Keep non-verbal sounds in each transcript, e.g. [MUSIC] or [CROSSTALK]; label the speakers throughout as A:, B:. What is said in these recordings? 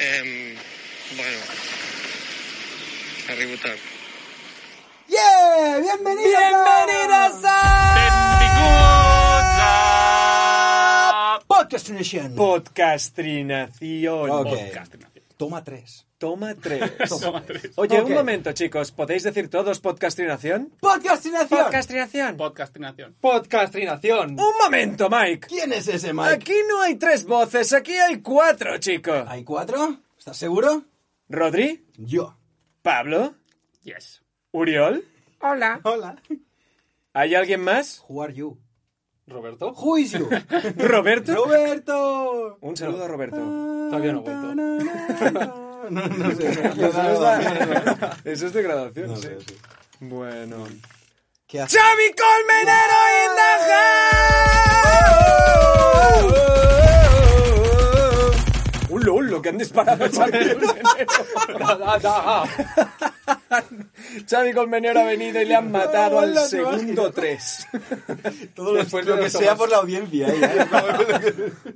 A: Eh, bueno, arributar.
B: ¡Yeah! ¡Bienvenidos!
C: ¡Bienvenidos a...
B: Podcast Nation.
C: Podcastrinación.
B: Ok.
D: Podcastinación.
B: Toma tres. [LAUGHS]
C: Toma tres.
D: Toma tres.
C: Oye,
B: Ok.
C: un momento, chicos. ¿Podéis decir todos podcastrinación?
B: ¡Podcastinación!
C: Podcastrinación.
D: Podcastinación.
B: ¡Podcastinación!
C: Un momento, Mike.
B: ¿Quién es ese Mike?
C: Aquí no hay tres voces, aquí hay cuatro, chicos.
B: ¿Hay cuatro? ¿Estás seguro?
C: Rodri,
B: Yo.
C: Pablo,
D: Yes.
C: Uriol. Hola.
B: Hola.
C: ¿Hay alguien más?
B: Ah. Who are you?
D: Roberto.
B: Who is [LAUGHS] you?
C: ¿Roberto?
B: ¡Roberto!
C: Un saludo a Roberto.
B: Ah.
D: Todavía no he vuelto. [LAUGHS]
B: No, no [LAUGHS] sé. no, no,
C: Eso es,
B: no, no, no.
C: de- [LAUGHS] eso es de graduación,
B: No
C: sí.
B: sé, sí.
C: Bueno.
B: ¿Qué haces?
C: ¡Xavi Colmenero in the house! ¡Ulo, ulo! Que han disparado a [LAUGHS] Xavi Colmenero. Xavi Colmenero ha venido y le han matado al
B: Hola,
C: segundo tres.
B: Todo lo,
D: Después de
B: lo que
D: los
B: sea
D: tomas.
B: por la [LAUGHS] audiencia. ¿eh? Ya.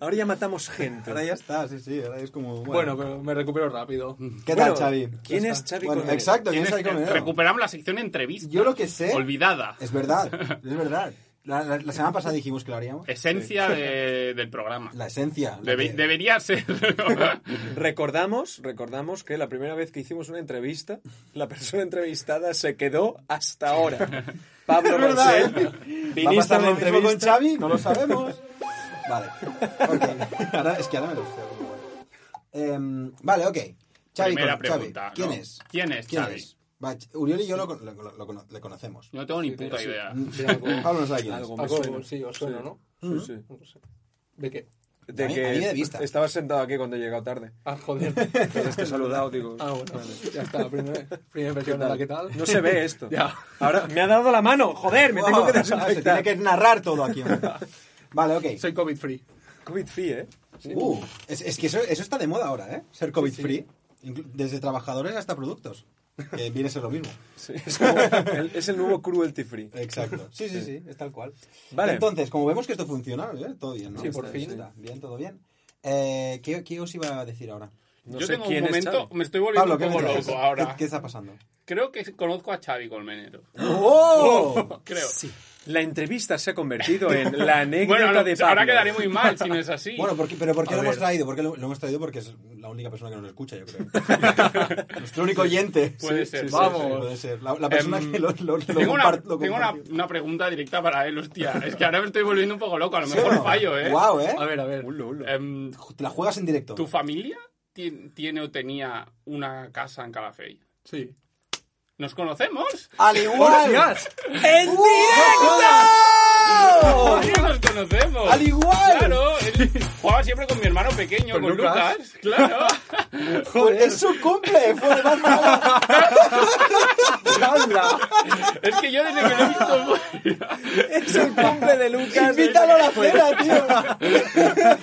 C: Ahora ya matamos gente.
B: ahora ya está, sí, sí. Ahora es como...
D: Bueno, pero me recupero rápido.
B: ¿Qué tal,
C: Bueno,
B: Xavi?
C: ¿Quién
B: Ya
C: es
B: está.
C: Xavi
B: Bueno,
C: Colmenero?
B: Exacto, ¿quién es Xavi
D: Tienes-
B: Colmenero?
D: Recuperamos la sección entrevista.
B: Yo lo que sé...
D: Olvidada.
B: Es verdad, es verdad. La, la- la semana pasada dijimos que lo haríamos.
D: Esencia de- del programa.
B: La esencia. la
D: Debe-
B: que-
D: Debería ser. [LAUGHS]
C: Recordamos, recordamos que la primera vez que hicimos una entrevista, la persona entrevistada se quedó hasta ahora.
B: [LAUGHS] [LAUGHS]
C: Pablo
B: Es verdad, ¿eh?
C: Rosell,
B: ¿Va a
C: viniste a
B: pasar
C: la
B: lo mismo con
C: entrevista.
B: Xavi? No lo sabemos. Vale. Ok. Ahora, es que ahora me lo estoy haciendo, bueno. Em, vale, ok. Xavi,
D: Primera
B: Col- Xavi,
D: pregunta, ¿no?
B: ¿Quién es?
D: ¿Quién es Xavi?
B: Va, Uriol y yo lo, con- lo- lo- lo cono- le conocemos.
D: No tengo ni puta idea.
B: Pablo no sabe quién es.
C: Algo me
E: Algo,
C: suena.
E: Ah, sí, os suena, ¿no?
C: Sí, sí.
E: No sé. ¿De qué?
C: De
B: A mí-
C: que
B: a mí de vista.
C: estabas sentado aquí cuando he llegado tarde.
E: Ah, joder.
C: Entonces te he saludado, digo.
E: Ah, bueno, ya está. Primera, primera impresión,
C: tal?
E: hola, ¿qué tal?
C: No se ve esto.
E: Ya.
C: Ahora me ha dado la mano. Joder, me tengo
B: Wow,
C: que
B: Ah, Se tiene
C: desinfectar.
B: que narrar todo
C: [LAUGHS]
B: aquí. hombre. Vale, ok.
E: Soy COVID-free.
C: Covid free, ¿eh?
B: Uh, es, es que eso, eso está de moda ahora, ¿eh? Ser COVID free. Inclu- Desde trabajadores hasta productos. Que viene a ser lo
D: [LAUGHS]
B: mismo.
C: Sí, es, como- el, es el nuevo cruelty free.
B: Exacto. Sí, sí, sí, es tal cual.
C: Vale.
B: Entonces, como vemos que esto funciona, ¿eh? todo bien, ¿no?
C: Sí, por
B: Está-
C: fin.
B: está bien, todo bien. Eh, ¿qué, qué os iba a decir ahora?
C: No
D: Yo
C: sé
D: tengo un
C: quién es
D: momento.
C: Xavi.
D: Me estoy volviendo
B: Pablo, ¿qué
D: un
B: me
D: poco
B: traes?
D: loco ahora.
B: ¿Qué, qué está pasando?
D: Creo que conozco a Xavi Colmenero.
B: ¡Oh!
D: [LAUGHS] Creo.
C: La entrevista se ha convertido en la anécdota
D: Bueno, lo-
C: de Pablo.
D: ahora quedaré muy mal si no es así.
B: Bueno, ¿por qué- pero ¿por qué
C: A
B: lo
C: ver.
B: hemos traído? ¿Por qué lo, lo hemos traído? Porque es la única persona que nos escucha, yo creo. [LAUGHS] Nuestro único oyente.
D: [LAUGHS] Puede ser,
B: sí,
D: puede
E: ser.
B: puede ser. La, la persona
D: Em,
B: que lo, lo, lo
D: Tengo, una,
B: compart- lo
D: tengo una,
B: compartió.
D: una pregunta directa para él, hostia. Es que ahora me estoy volviendo un poco loco, a lo
B: ¿Sí
D: mejor
B: o no?
D: fallo, ¿eh?
B: Guau, ¿eh?
E: A ver, a ver.
C: Ulo, ulo.
D: Em,
B: Te la juegas en directo.
D: ¿Tu familia ti- tiene o tenía una casa en Calafell?
E: Sí.
D: ¿Nos conocemos?
B: ¡Al igual!
C: ¡En
B: ¡Wow!
D: Sí, nos conocemos!
B: Oh. ¡Al igual!
D: ¡Claro! Él jugaba siempre con mi hermano pequeño, con,
E: Con
D: Lucas.
E: Lucas.
D: ¡Claro!
B: ¡Es su cumple! ¡Fue de Barcelona.
D: es que yo desde que lo he visto...
C: Es el cumple de Lucas. Pues-
B: ¡Invítalo a la cena, tío!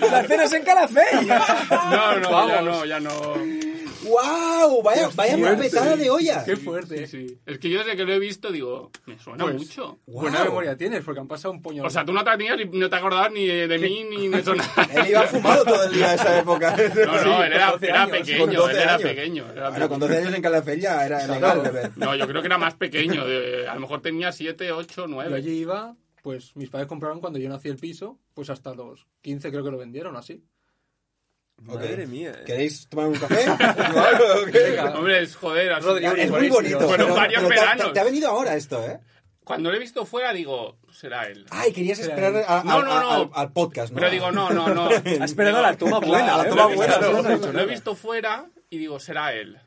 C: La cena es en Calafell.
D: No, no, ya no, ya no.
B: ¡Wow! Vaya, vaya bofetada de olla.
E: Qué fuerte. ¿eh?
D: Sí, sí. Es que yo desde que lo he visto digo, me suena
E: Pues,
D: mucho.
E: Buena
B: Guau.
E: memoria tienes, porque han pasado un puño.
D: O sea, tú no te, tenías ni- no te acordabas ni de, de mí ni de
B: [LAUGHS]
D: eso nada.
B: Él iba fumado todo el día a esa época.
D: No, no, él era,
E: con 12
D: era
E: años,
B: con
D: pequeño,
B: 12
D: él era
B: años.
D: pequeño. era
B: Bueno, con
D: pequeño.
B: 12 años en Calafell ya era legal beber.
D: No, yo creo que era más pequeño. de- a lo mejor tenía 7, 8,
E: yo
D: 9.
E: allí iba, pues mis padres compraron cuando yo nací el piso, pues hasta los 15 creo que lo vendieron, así.
C: Madre mía. eh.
B: ¿Queréis tomar un
D: [LAUGHS]
B: café? ¿O algo? ¿Qué?
E: Venga,
D: Hombre, es joder. así-
E: Rodrigo,
B: Es muy bonito.
D: Fueron
B: pero-
D: varios
B: pero te ha-
D: veranos.
B: Te, te ha venido ahora esto, ¿eh?
D: Cuando lo he visto fuera, digo, será él.
B: Ay, querías esperar a- a-
D: No, no, no.
B: al- al podcast, Ah, ¿no?
D: Pero digo, no, no, no.
C: Ha esperado la toma buena.
B: A la
C: eh,
B: toma
C: porque
B: buena,
C: claro,
B: sí,
C: no has dicho
D: Lo he
C: nada.
D: visto fuera y digo, será él.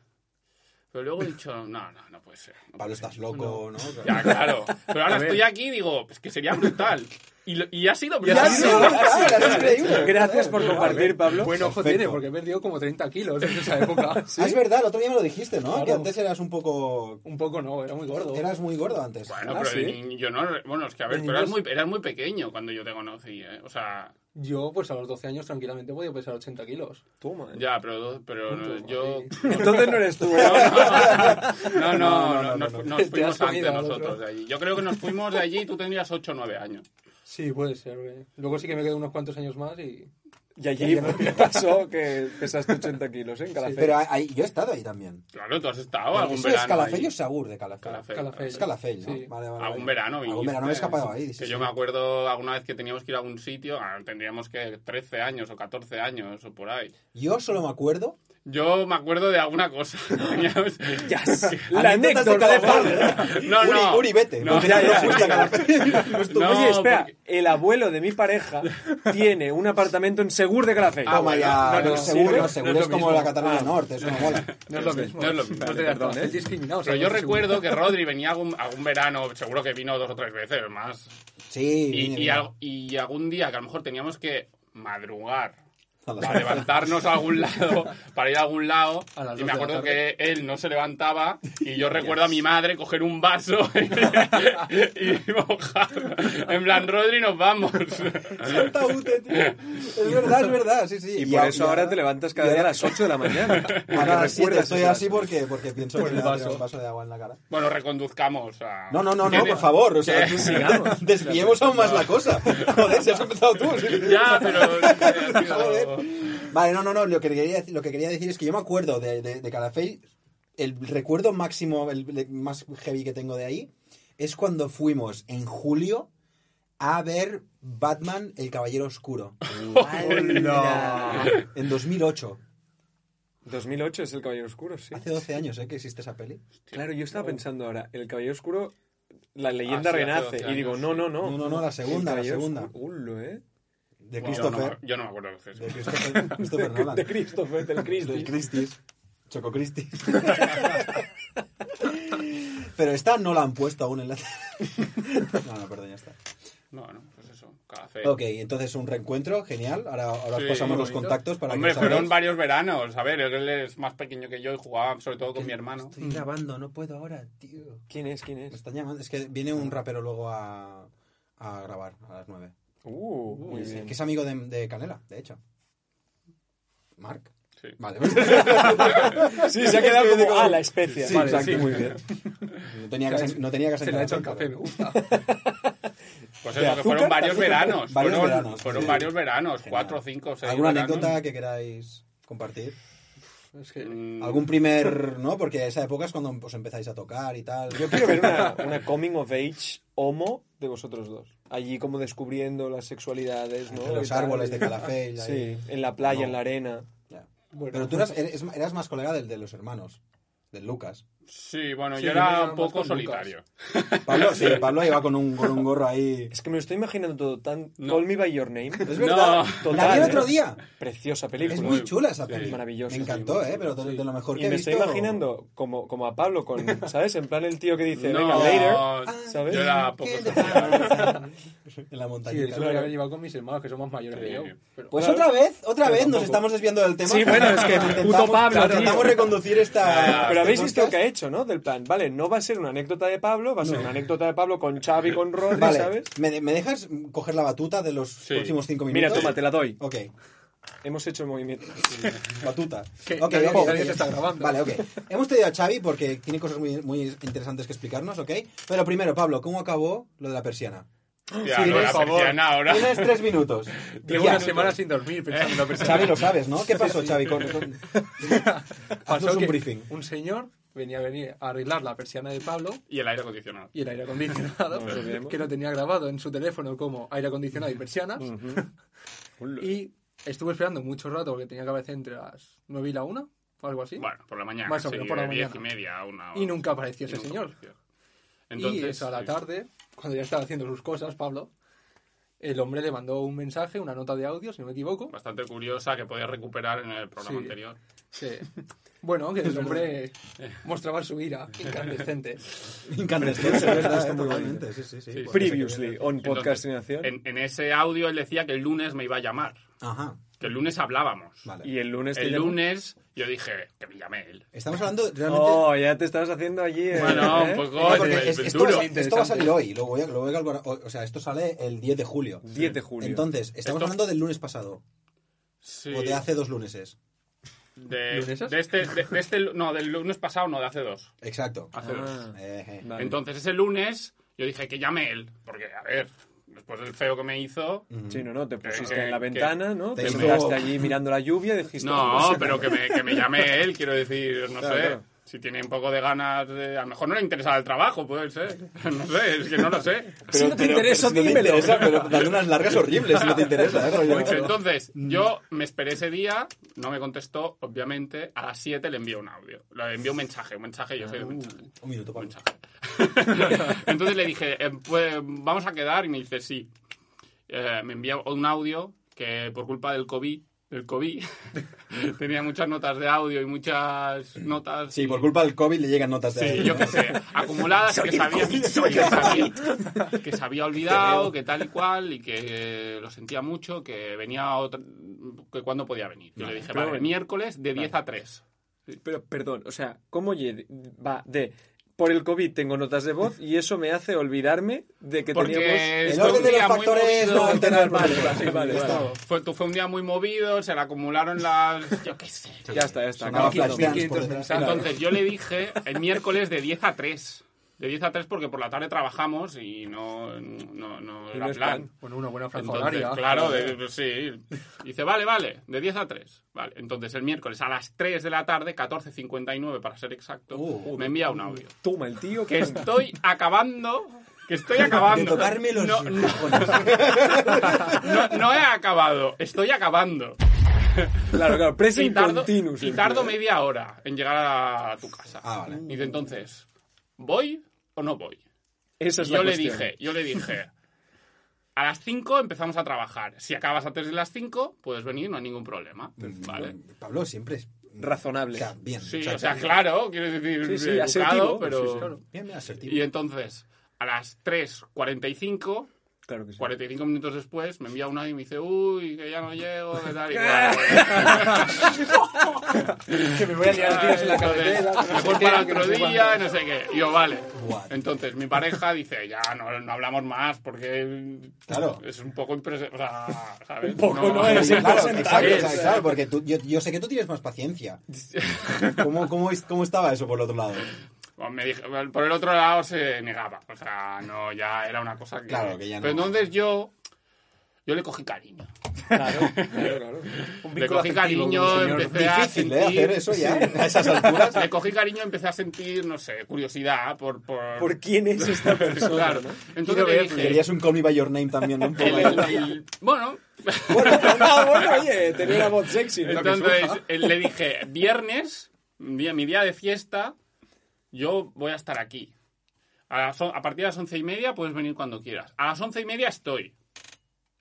D: Pero luego he dicho, no, no, no puede ser.
B: Pablo,
D: no puede ser.
B: estás loco, ¿no?
D: Ya, claro. Pero ahora
E: A ver.
D: estoy aquí y digo, pues que sería brutal. Y, lo- y ha sido brutal.
B: Ya ha sido brutal, es increíble.
C: Gracias por compartir, Pablo.
E: Buen ojo
B: Perfecto.
E: tiene, porque he perdido como 30 kilos en esa época.
B: Ah, es verdad, el otro día me lo dijiste, ¿no?
E: Claro.
B: Que antes eras un poco...
E: Un poco no, era muy gordo.
B: Eras muy gordo antes.
D: Bueno,
C: Ah,
D: pero de
C: sí.
D: niño- yo no. Bueno, es que a ver,
E: De
D: tú eras muy,
E: niños-
D: eras muy pequeño cuando yo te conocí, ¿eh? O sea,
E: Yo, pues a los 12 años tranquilamente podía pesar 80 kilos.
C: Toma, eh.
D: ya, pero, pero no,
E: Punto,
D: yo.
E: así.
C: [LAUGHS] Entonces no eres tú, ¿eh? [LAUGHS]
D: [LAUGHS] No, no, no,
B: no,
D: nos,
B: no, no.
D: nos
E: Te has
D: fuimos antes
E: comido al otro.
D: nosotros de allí. Yo creo que nos fuimos de allí y tú tendrías 8 o 9 años.
E: Sí, puede ser. eh. Luego sí que me quedé unos cuantos años más y...
C: Y allí me pasó que pesaste 80 kilos ¿eh? en Calafell.
B: Pero ahí, yo he estado ahí también.
D: Claro, tú has estado algún
B: Eso es
D: verano.
B: Calafell
D: ahí.
B: o Sagur de Calafell.
D: Calafell.
E: Calafell.
B: Es Calafell, ¿no?
E: Sí.
B: Vale, vale, vale.
D: Algún verano viniste,
B: Algún verano me he escapado ahí. sí,
D: que
B: sí,
D: yo
B: sí.
D: me acuerdo alguna vez que teníamos que ir a algún sitio, ah, tendríamos que 13 años o 14 años o por ahí.
B: Yo solo me acuerdo.
D: Yo me acuerdo de alguna cosa. [LAUGHS] Teníamos- [LAUGHS]
C: Yes.
D: Que-
C: La
B: Anécdotas de
C: anécdota de
B: Calafell.
D: No, no.
B: Uri, Uri, vete.
D: No,
B: porque
C: ya,
B: no
C: ya.
B: fuiste a Calafell. [LAUGHS] No estuvo-
D: No,
C: Oye, espera,
D: porque-
C: el abuelo de mi pareja tiene un apartamento en Segur de Calafell.
D: Ah,
B: Toma
D: bueno,
B: ya,
D: no, no,
B: pero
D: no,
B: seguro,
C: sirve, no
B: seguro
E: es
B: es,
E: lo
B: como
E: mismo.
B: la Cataluña
C: Ah.
B: Norte, eso no mola.
D: [LAUGHS]
E: No es lo
D: Este
E: mismo.
D: No es lo mismo.
E: Vale, perdón, es discriminado.
D: Pero yo recuerdo que Rodri venía algún, algún verano, seguro que vino dos o tres veces más.
B: Sí,
D: Y,
B: viene
D: y
B: bien.
D: al- y algún día que a lo mejor teníamos que
B: [LAUGHS]
D: madrugar
B: A las-
D: para levantarnos a algún lado, para ir a algún lado.
E: A las
D: Y me
E: dos de la
D: acuerdo que
E: tarde.
D: él no se levantaba y
B: [LAUGHS]
D: yo recuerdo a mi madre coger un vaso [LAUGHS] y mojar. En plan, Rodri, nos vamos. [LAUGHS]
B: Santa Ute, tío. Es verdad, es verdad, sí, sí.
C: Y
B: a-
C: por eso
B: y
C: ahora te levantas cada día a las 8 de la mañana.
B: Ahora a las
C: Porque
B: siete
C: recuerdas
B: estoy
C: esas-
B: así porque, porque pienso que me voy a tirar un vaso de agua en la cara.
D: Bueno, reconduzcamos a...
B: No, no, no, no,
D: ¿Quién-
B: por favor. O sea,
D: ¿Qué?
B: [LAUGHS] tú- desviemos aún más la cosa. Joder, si has empezado tú. sí, sí.
D: [LAUGHS] Ya,
B: [LAUGHS]
D: pero...
B: Joder. Vale, no, no, no. Lo que quería, decir- lo que quería decir es que yo me acuerdo de, de, de Calafell. El recuerdo máximo, el, el más heavy que tengo de ahí, es cuando fuimos en julio a ver Batman, el Caballero Oscuro.
D: Uh,
C: Hola.
B: En 2008.
C: 2008 es el Caballero Oscuro, sí.
B: Hace 12 años ¿eh? que existe esa peli.
C: Claro, yo estaba pensando ahora, el Caballero Oscuro, la leyenda
D: Ah, sí, hace
C: renace.
D: 12
C: Y digo,
D: años,
C: no,
D: sí.
C: no, no.
B: No, no, no, la segunda,
C: El
B: la
C: Caballero
B: segunda.
C: Oscuro, Ulo, ¿eh?
B: De
D: Yo no,
B: Christopher.
D: me- yo no me acuerdo de eso.
B: De Christopher, Christopher [LAUGHS] Nolan.
C: [LAUGHS] De Christopher, del
B: Del
C: Christie.
B: Christie's. Choco Christie. Pero esta no la han puesto aún en la. no, no, perdón, ya está.
D: No, no, pues eso. cada fe.
B: Ok, entonces un reencuentro, genial. Ahora, ahora os
D: Sí,
B: pasamos los
E: bonito.
B: contactos para
D: Hombre,
B: que os
D: fueron
B: hagáis.
D: varios veranos. A ver, él es más pequeño que yo y jugaba sobre todo con mi hermano.
B: Estoy grabando, no puedo ahora, tío.
C: ¿Quién es? ¿Quién
B: Me
C: es?
B: están llamando, es que viene un rapero luego a, a grabar a las 9.
C: Uh, muy bien.
B: Que es amigo de, de Canela, de hecho. Mark.
D: Sí.
E: [LAUGHS]
B: Vale,
C: Sí, se ha quedado
B: Es que
C: como,
B: digo-
C: ah, la especie.
B: Sí,
C: vale,
B: exacto.
C: sí, muy bien.
B: no tenía que sen- no tenía que
E: Se le ha hecho el
B: sentar.
E: café, me gusta.
D: Pues
C: ¿De
D: eso, que
C: azúcar?
D: fueron varios veranos.
B: Varios
D: fueron
B: veranos,
D: fueron
B: sí.
D: varios veranos, cuatro, cinco, seis.
B: ¿Alguna
D: veranos.
B: anécdota que queráis compartir?
E: Es que
D: Mm,
B: ¿Algún primer, no? Porque esa época es cuando os empezáis a tocar y tal.
C: Yo quiero ver
B: [LAUGHS]
C: una, una coming of age homo de vosotros dos. Allí como descubriendo las sexualidades, ¿no?
B: Entre
C: Y
B: los
C: tal.
B: árboles de Calafell. ahí.
C: Sí, en la playa,
B: No.
C: en la arena.
B: Ya.
E: Bueno. pues,
B: Pero tú eras, eres- eras más colega del de los hermanos, del Lucas.
D: Sí, bueno,
E: Sí,
D: yo
E: yo me
D: era
E: llevaba
D: un
E: más
D: poco
E: con Lucas.
D: solitario.
B: Pablo,
C: [LAUGHS]
B: sí, Pablo iba con un, con un gorro ahí.
C: Es que me lo estoy imaginando todo tan...
D: No.
C: Call me by your name.
B: Es verdad.
C: total,
B: la vi el
C: ¿eh?
B: otro día.
C: Preciosa película.
B: Es muy chula esa
D: Sí.
B: peli.
C: Maravillosa,
B: Me encantó,
E: sí,
B: ¿eh? Pero de, de lo mejor
C: y
B: que he
C: me
B: visto.
C: estoy imaginando como, como a Pablo con, ¿sabes? En plan el tío que dice,
D: No,
C: venga, later.
B: Ah,
C: ¿sabes?
D: yo era poco solitario.
C: [LAUGHS]
B: En la
E: Sí,
B: montaña.
E: eso lo había llevado con mis hermanos, que son más mayores
D: Sí.
E: que yo. Pero-
B: Pues otra vez, otra
E: Pero
B: vez nos
E: tampoco.
B: estamos desviando del tema.
C: Sí, bueno, es que
B: [LAUGHS] Intentamos-
C: puto
B: claro,
C: Pablo, tío.
B: Intentamos reconducir esta.
C: Pero
B: este
C: habéis visto lo
B: podcast.
C: que ha hecho, ¿no? Del plan, vale, no va a ser una anécdota de Pablo, va a ser una anécdota de Pablo con Xavi, con Rodri,
B: Vale,
C: ¿sabes?
B: ¿me, de- me dejas coger la batuta de los
D: Sí.
B: próximos cinco
C: Mira,
B: minutos?
C: toma, te la doy.
B: Ok,
C: Hemos hecho el movimiento.
B: batuta.
E: Que
B: Ok,
E: nadie-
B: ok,
E: nadie
B: ok.
E: se está grabando.
B: Vale, ok. Hemos traído a Xavi porque tiene cosas muy, muy interesantes que explicarnos, ¿ok? Pero primero, Pablo, ¿cómo acabó lo de la persiana?
D: Ya,
E: Sí,
D: lo de
E: por
D: la
E: favor.
D: persiana ahora.
B: Tienes tres
C: [LAUGHS]
B: minutos.
E: Llevo
B: Ya.
E: una semana sin dormir pensando en la persona.
B: Eh, Xavi, lo
E: [LAUGHS]
B: sabes, ¿no? ¿Qué pasó, Xavi? Con,
C: [LAUGHS]
B: con- Haznos
E: Pasó
B: un
E: que
B: briefing.
E: Un señor venía a venir a arreglar la persiana de Pablo
D: Y el aire acondicionado.
E: y el aire acondicionado,
C: Nos olvidemos.
E: que lo tenía grabado en su teléfono como aire acondicionado y persianas. [LAUGHS] Y estuve esperando mucho rato porque tenía que aparecer entre las 9 y la 1 o algo así.
D: Bueno, por la mañana.
E: Más o menos,
D: sí,
E: por la
D: de diez y
E: mañana.
D: media a una
E: Y nunca apareció
D: y
E: ese
D: nunca
E: señor.
D: apareció. Entonces,
E: y eso a la
D: sí.
E: tarde, cuando ya estaba haciendo sus cosas, Pablo, el hombre le mandó un mensaje, una nota de audio, si no me equivoco.
D: Bastante curiosa que podía recuperar en el programa
E: Sí.
D: anterior.
E: que- bueno, que el hombre mostraba su ira incandescente.
B: Incandescente, es verdad, eh, totalmente. Sí, sí, sí.
D: Sí.
B: Pues,
C: Previously, on
D: Entonces,
C: Podcastinación.
D: En, en ese audio él decía que el lunes me iba a llamar.
B: Ajá,
D: Que el lunes hablábamos.
B: vale.
C: Y el lunes...
E: Este
C: te
D: El
C: llamo.
D: lunes yo dije que me llame él.
B: Estamos hablando realmente...
C: Oh, ya te estabas haciendo allí... eh,
D: Bueno,
C: [LAUGHS]
D: pues
C: ¿eh?
D: un poco
B: No,
D: de-
B: porque
D: de-
B: es-
D: de
B: esto,
D: duro.
B: va- esto va a salir hoy, lo voy a, lo voy a calcular- o, o sea, esto sale el 10 de julio.
C: 10 de julio.
B: Entonces, estamos
D: Esto-
B: hablando del lunes pasado,
D: Sí.
B: o de hace dos luneses.
D: De-
E: ¿Luneses?
D: de este, de- de este lu- no, del lunes pasado, no, de hace dos.
B: Exacto.
D: Hace dos.
C: Ah,
B: Eh, eh.
C: vale.
D: Entonces ese lunes yo dije que llame él. Porque, a ver, después del feo que me hizo.
C: Mm. Sí, no, no, te pusiste
D: que-
C: en la
D: que-
C: ventana, ¿no?
B: te
C: Te
B: hizo-
C: quedaste allí mirando la lluvia y dijiste... [LAUGHS] "Pues "Vamos
D: No,
C: a-
D: pero que me, que me llame él, quiero decir, no
C: Claro,
D: sé.
C: claro.
D: Si tiene un poco de ganas de... A lo mejor no le interesaba el trabajo, puede ser. [LAUGHS] No sé, es que no lo sé.
C: Si no te interesa,
B: si no te
C: dímelo.
B: interesa, pero [LAUGHS] dando unas largas horribles si no te interesa. ¿eh? Rollo- [LAUGHS]
D: Pues entonces, yo me esperé ese día, no me contestó, obviamente. A las 7 le envió un audio. Le envió un mensaje, un mensaje, yo soy de mensaje.
B: Un minuto, Pablo.
D: mensaje. [LAUGHS] Entonces le dije, eh, pues, vamos a quedar y me dice, sí. Eh, me envía un audio que por culpa del COVID, del COVID [LAUGHS] tenía muchas notas de audio y muchas notas.
B: Sí, por culpa del COVID le llegan notas de
D: Sí, yo qué sé, acumuladas que sabía, que, sabía, que se había olvidado, que tal y cual, y que lo sentía mucho, que venía otra, que cuándo podía venir. Yo le dije,
C: pero
D: vale,
C: bueno.
D: miércoles de 10 a 3.
C: Pero, perdón, o sea, ¿cómo lle- va de... Por el COVID tengo notas de voz y eso me hace olvidarme de que
D: Porque
B: El
D: fue un
B: orden de los
D: día muy
B: factores
D: movido.
B: no altera el
C: Vale,
B: proceso.
C: vale, vale,
B: Está.
C: vale.
D: Fue, tu- fue un día muy movido, se le acumularon las... Yo qué sé.
C: teníamos... Ya está, ya está.
B: Sonaba
C: acabado.
B: Flashdance por
E: 1500
B: detrás.
E: mensajes.
D: Entonces yo le dije el miércoles de 10 a 3. De 10 a 3 porque por la tarde trabajamos y no, no, no
C: Y
D: era
C: no es
D: plan.
C: plan.
E: Bueno, una buena franja
D: Entonces,
E: horaria.
D: claro, de- de- sí. Dice, vale, vale, de 10 a 3. Vale, entonces el miércoles a las 3 de la tarde, 14.59 para ser exacto,
B: Uh.
D: me envía un audio.
C: Toma, el tío
D: Que
C: que es...
D: estoy acabando, que estoy
B: De
D: acabando.
B: tocarme los
D: no, no,
B: [LAUGHS] cojones.
D: no- no he acabado, estoy acabando.
C: Claro, claro,
D: Y
C: present
D: tardo,
C: continuous.
D: y
C: el
D: tardo
C: tío.
D: media hora en llegar a tu casa.
B: Ah, vale.
D: Dice entonces, ¿voy o no voy?
C: ¿eh? Esa es la
D: yo le
C: cuestión.
D: dije, yo le dije, a las 5 empezamos a trabajar. Si acabas antes de las 5, puedes venir, no hay ningún problema. Vale.
B: Pablo siempre es...
C: Razonable.
B: O sea, bien.
D: Sí,
B: o sea,
D: o sea, claro, quiero decir,
C: Sí, sí,
D: educado,
C: asertivo,
D: pero...
C: sí, sí, claro.
B: Bien, bien asertivo.
D: Y entonces, a las 3.45,
C: Claro que sí.
D: 45 minutos después, me envía una y me dice, uy, que ya no llego, que tal y
C: [LAUGHS]
D: cual.
E: Que me voy a liar [LAUGHS] tíos en la
D: Entonces,
E: cabeza.
D: Mejor para otro día, no sé qué. Y yo, vale.
B: What?
D: Entonces, mi pareja dice, ya, no, no hablamos más porque
B: Claro.
D: es un poco impresionante. O sea, ¿sabes?
C: Un poco, ¿no?
B: Claro,
C: Es el
B: claro, exacto,
C: paso en
B: o sea,
C: cabeza.
B: claro, porque tú- yo, yo sé que tú tienes más paciencia.
D: [LAUGHS]
B: ¿Cómo, cómo, es- cómo estaba eso por el otro lado?
D: Bueno, Pues me dije- por el otro lado se negaba. O sea, no, ya era una cosa que...
B: Claro, que ya no.
D: Pero entonces yo... Yo le cogí cariño.
E: Un
D: Le
E: vínculo
D: cogí
E: afectivo con el
D: cariño,
E: señor.
D: empecé a
B: Difícil,
D: sentir...
B: ¿eh? Hacer eso ya, a [LAUGHS] esas
D: [LAUGHS]
B: alturas.
D: Le cogí cariño, empecé a sentir, no sé, curiosidad por... Por, [LAUGHS]
C: ¿Por quién es esta persona?
D: Claro.
C: no?
D: Entonces le dije...
B: Querías un Call Me By Your Name también, ¿no? Un poco
D: el-
B: ahí.
D: el- [LAUGHS] el- bueno,
C: Bueno, pero
E: Ah,
C: no, bueno, oye, tenía una voz sexy. ¿no?
D: entonces eh, le dije, viernes, mi día- mi día de fiesta, yo voy a estar aquí. A, las on- a partir de las once y media puedes venir cuando quieras. A las once y media estoy.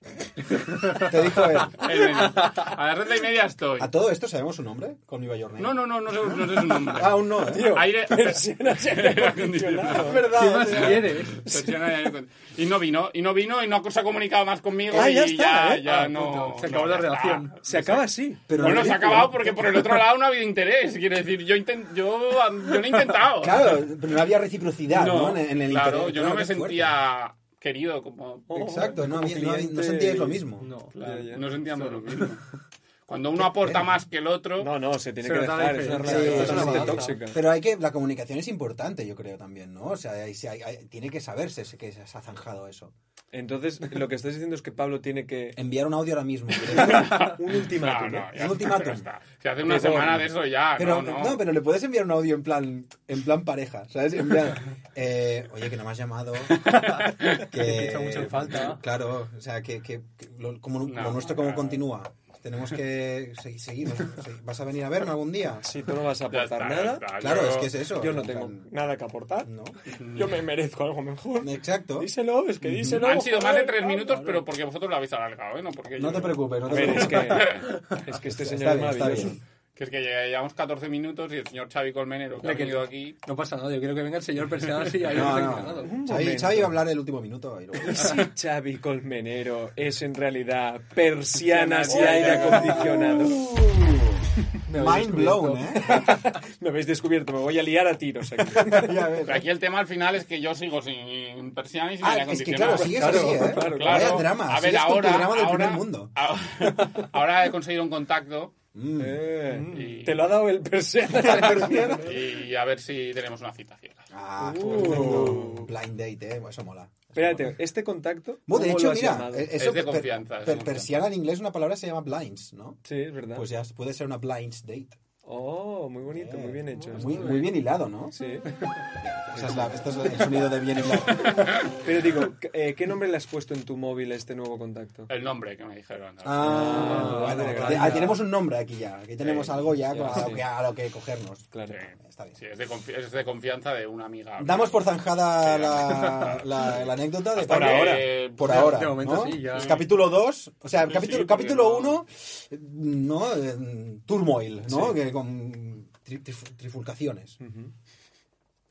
B: Te dijo él.
D: Él me dijo, A las once y media estoy.
B: ¿A todo esto sabemos su nombre? Call Me By Your Name.
D: No, no, no, no sé, no sé su nombre.
B: Ah, aún no. ¿eh?
C: Tío,
D: Aire-
C: pero si no se le
D: [LAUGHS] Aire
C: ha acondicionado.
D: acondicionado.
B: Es verdad.
E: ¿Qué
B: o
E: más
B: sea,
E: quieres?
D: Persiana de aire acon- Y no vino, y no vino, y no se ha comunicado más conmigo.
C: Ah,
D: y
C: ya está,
D: ya,
C: ¿eh?
D: ya
E: Ah,
D: no.
E: puto, se acabó
D: no,
E: la
D: ya está.
E: relación.
C: Se acaba así.
B: Pero
D: bueno,
B: no-
D: se ha acabado porque por el otro lado no ha habido interés. Quiero decir, yo, inten- yo, yo lo he intentado.
B: Claro, pero no había reciprocidad, ¿no? En, en el
D: claro,
B: interés.
D: yo no
B: Claro,
D: me
B: qué fuerte.
D: sentía querido como...
B: Exacto, no,
C: Como
B: había, no, había- no
C: cliente
B: sentíais
C: y-
B: lo mismo.
E: No.
C: Ya, ya.
D: No sentíamos lo mismo. Cuando uno aporta más que el otro...
C: No, no, se tiene
E: Se
C: que
E: nota la
C: dejar. Es una
E: diferencia.
C: relación
E: Sí,
C: totalmente
E: sí, sí.
C: tóxica.
B: Pero hay que, la comunicación es importante, yo creo también, ¿no? O sea, hay- si hay- hay- tiene que saberse si que se ha zanjado eso.
C: Entonces, lo que estás diciendo es que Pablo tiene
D: [LAUGHS]
C: que.
B: Enviar un audio ahora
C: [LAUGHS]
B: mismo.
C: Un
D: no,
C: ultimátum.
D: no,
C: ¿eh?
D: ya
B: Un ultimátum.
D: ya está. Si hace una
C: Perdón.
D: semana de eso ya,
B: Pero,
D: no,
B: no, pero le puedes enviar un audio en plan, en plan pareja, ¿sabes? En plan, eh, oye, que no me has
C: [LAUGHS]
B: llamado. Que
E: te he hecho mucho en falta.
B: Claro, o sea, que, que- que lo, como, lo
D: No,
B: nuestro como
D: claro.
B: continúa. Tenemos que se- seguir. se- ¿Vas a venir a verme algún día?
C: Si tú no vas a
D: Ya
C: aportar
D: está, ya
C: nada,
D: está,
B: Claro,
D: yo-
B: es que es eso.
C: yo no
B: en
C: tengo
B: plan,
C: nada que aportar.
B: No.
C: Yo me merezco algo mejor.
B: Exacto.
C: Díselo, es que díselo.
D: Han sido más de
C: joder,
D: tres
C: Pablo.
D: minutos, pero porque vosotros lo habéis alargado, ¿eh? No, porque
B: No
D: yo-
B: te preocupes, no
C: A
B: te
C: ver, es
B: preocupes.
C: que, es que este
B: Está
C: señor es
B: bien, está
C: maravilloso.
B: bien.
D: Que es que ya llevamos 14 minutos y el señor Xavi Colmenero, que
E: Le
D: ha
E: que-
D: venido aquí...
E: No pasa nada, yo quiero que venga el señor Persiana y ahí
B: No,
E: no,
B: no.
E: no.
B: Xavi,
C: momento.
B: Xavi va a hablar el último minuto.
C: [LAUGHS]
B: y luego-
C: ¿Y si Xavi Colmenero es en realidad persianas y
D: Persianas, [LAUGHS]
C: aire
D: ya, ya.
C: acondicionado?
B: Mind blown, ¿eh?
C: Me habéis descubierto, me voy a liar a tiros aquí.
D: [LAUGHS]
B: Ya ves.
D: Pero aquí el tema al final es que yo sigo sin persianas y sin
B: Ah,
D: aire
B: es que
D: acondicionado.
B: claro, sigues
C: Claro,
B: así, ¿eh?
C: claro,
D: Claro.
B: Vaya drama,
D: A ver,
B: sigues con tu
D: ahora,
B: drama del primer
D: ahora-
B: mundo.
D: ahora- [LAUGHS] ahora he conseguido un contacto
B: Mm.
C: Eh, Te lo ha dado el
D: [LAUGHS]
C: persianas.
D: y a ver si tenemos una cita ciega.
B: Ah,
C: Uh.
B: perfecto. Blind date, eh. Eso mola.
C: Espérate, este contacto.
B: Bueno, de
C: ¿cómo
B: hecho,
C: lo has
B: mira,
C: llamado?
B: eh,
D: Es
B: eso
D: de
B: per-
D: confianza, es
B: per-
D: de
B: persiana en inglés una palabra se llama blinds, ¿no?
C: Sí, es verdad.
B: Pues ya puede ser una blinds date. Eh,
C: Oh, muy bonito, muy bien hecho. ¿eh?
B: Muy, muy bien hilado, ¿no?
C: Sí.
B: Esa es la- este es el sonido de bien hilado.
C: Pero digo, eh, ¿qué nombre le has puesto en tu móvil a este nuevo contacto?
D: El nombre que me dijeron.
B: Ah, bueno,
C: vale,
B: ah,
C: gracias.
B: tenemos un nombre aquí ya. Aquí tenemos
D: Sí,
B: algo ya,
D: ya,
B: a, lo
C: sí.
B: que, a lo que cogernos.
C: Claro.
B: Está bien.
D: Sí, es de, confi- es de confianza de una amiga.
B: Damos por zanjada la,
D: [LAUGHS]
B: la- la anécdota de
D: Hasta
B: por
D: que-
B: ahora. Por
E: De-
B: ahora.
E: de momento
B: ¿no?
E: sí, ya.
B: Es capítulo 2, o sea,
D: Sí,
B: capítulo,
D: sí,
B: capítulo
D: porque no-
B: 1, ¿no? Eh, Turmoil, ¿no?
C: Sí.
B: Que con tri- trif- trifulcaciones.
C: Ujú.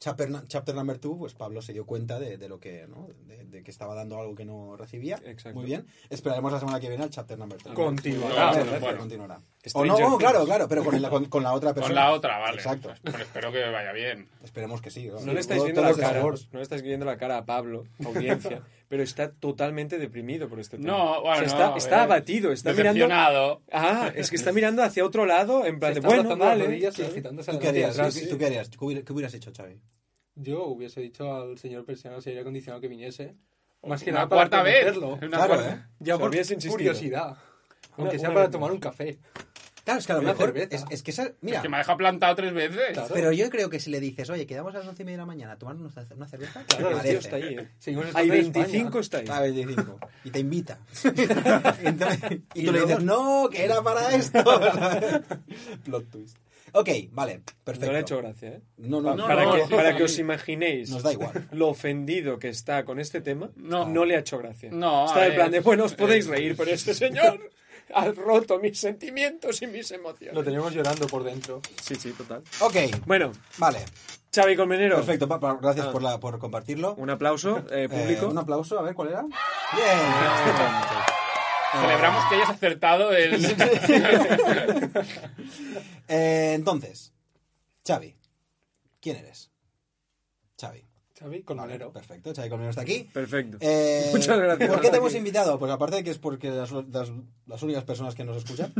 B: Chapter, na- chapter number 2, pues Pablo se dio cuenta de, de lo que, ¿no? De, de que estaba dando algo que no recibía.
C: Exacto.
B: Muy bien. Esperaremos la semana que viene al chapter number 3.
C: Continuará.
D: Bueno, bueno.
B: continuará. O no,
C: Stranger
B: oh, claro,
C: Things.
B: claro, pero con, la- con- con la otra persona.
D: Con la otra, vale.
B: Exacto.
D: Pues espero que vaya bien.
B: Esperemos que sí.
C: No le estáis
B: Todo-
C: viendo la
B: todos de
C: cara.
B: sabor.
C: No le estáis viendo la cara a Pablo,
B: [LAUGHS]
C: audiencia, pero está totalmente deprimido por este tema.
D: No, bueno,
C: O sea, está,
D: no,
C: está
D: eh,
C: abatido, está mirando.
D: Decepcionado.
C: Ah, es que está mirando hacia otro lado, en plan de
E: Se está
C: bueno,
E: abrazando las
C: vale.
E: rodillas y
C: sí.
E: agitándose
B: ¿Tú
E: las
B: qué harías?
E: rodillas.
B: ¿Tú qué- tú qué harías? ¿Qué hubiera- qué hubieras hecho, Xavi?
E: Yo hubiese dicho al señor persiano si aire acondicionado que viniese. Más que
D: Una
E: nada para
D: cuarta vez.
E: convencerlo.
D: Una
B: Claro,
D: cuarta-
B: ¿eh?
E: Ya
C: O sea,
E: por
C: hubiese insistido.
E: curiosidad. Aunque
C: Una-
E: sea
C: una
E: para
C: vez
E: tomar
C: más.
E: un café.
B: Claro, es que a lo
E: Una
B: mejor.
E: cerveza.
B: Es, es que esa. Mira.
D: Es que me ha dejado plantado tres veces.
E: Claro.
B: Pero yo creo que si le dices, oye, quedamos a las once y media de la mañana a tomar una ce- una cerveza,
C: Claro, el tío
B: parece.
C: está ahí, ¿eh?
E: Seguimos estando
C: Hay
E: en España.
C: 25 está ahí.
B: A 25. Y te
C: [LAUGHS]
B: invita. [LAUGHS] Entonces- y
E: Y
B: tú le
E: luego-
B: dices, no, que era para
C: [LAUGHS]
B: esto. Plot twist. Ok, vale, perfecto.
C: No le ha hecho gracia, ¿eh?
B: No, no,
D: No,
C: para,
D: no,
C: que,
D: sí,
C: para
D: sí.
C: que os imaginéis
B: Nos da igual.
C: lo ofendido que está con este tema, no,
D: No.
C: le ha hecho gracia.
D: No, eh,
C: está
D: a
C: en
D: ver.
C: plan de, bueno, os podéis reír, pero
D: [LAUGHS]
C: este señor ha roto mis sentimientos y mis
E: Lo
C: emociones.
E: tenemos llorando por dentro.
C: Sí, sí, total.
B: Ok,
C: Bueno,
B: vale.
C: Xavi Colmenero,
B: Perfecto, Papa, gracias por, la, por compartirlo.
C: un aplauso eh,
B: Eh,
C: público.
B: un aplauso, a ver cuál era. Bien.
D: Celebramos que hayas acertado el. [LAUGHS]
B: Eh, entonces, Xavi, ¿quién eres? Xavi.
E: ¿Sabes? Con
B: Vale,
E: Manero.
B: perfecto, Xavi Colmenero está aquí.
C: Perfecto.
B: Eh,
C: [LAUGHS] Muchas gracias.
B: ¿Por qué te hemos invitado? Pues aparte de que es porque las, las- las únicas personas que nos
C: [LAUGHS]
B: escuchan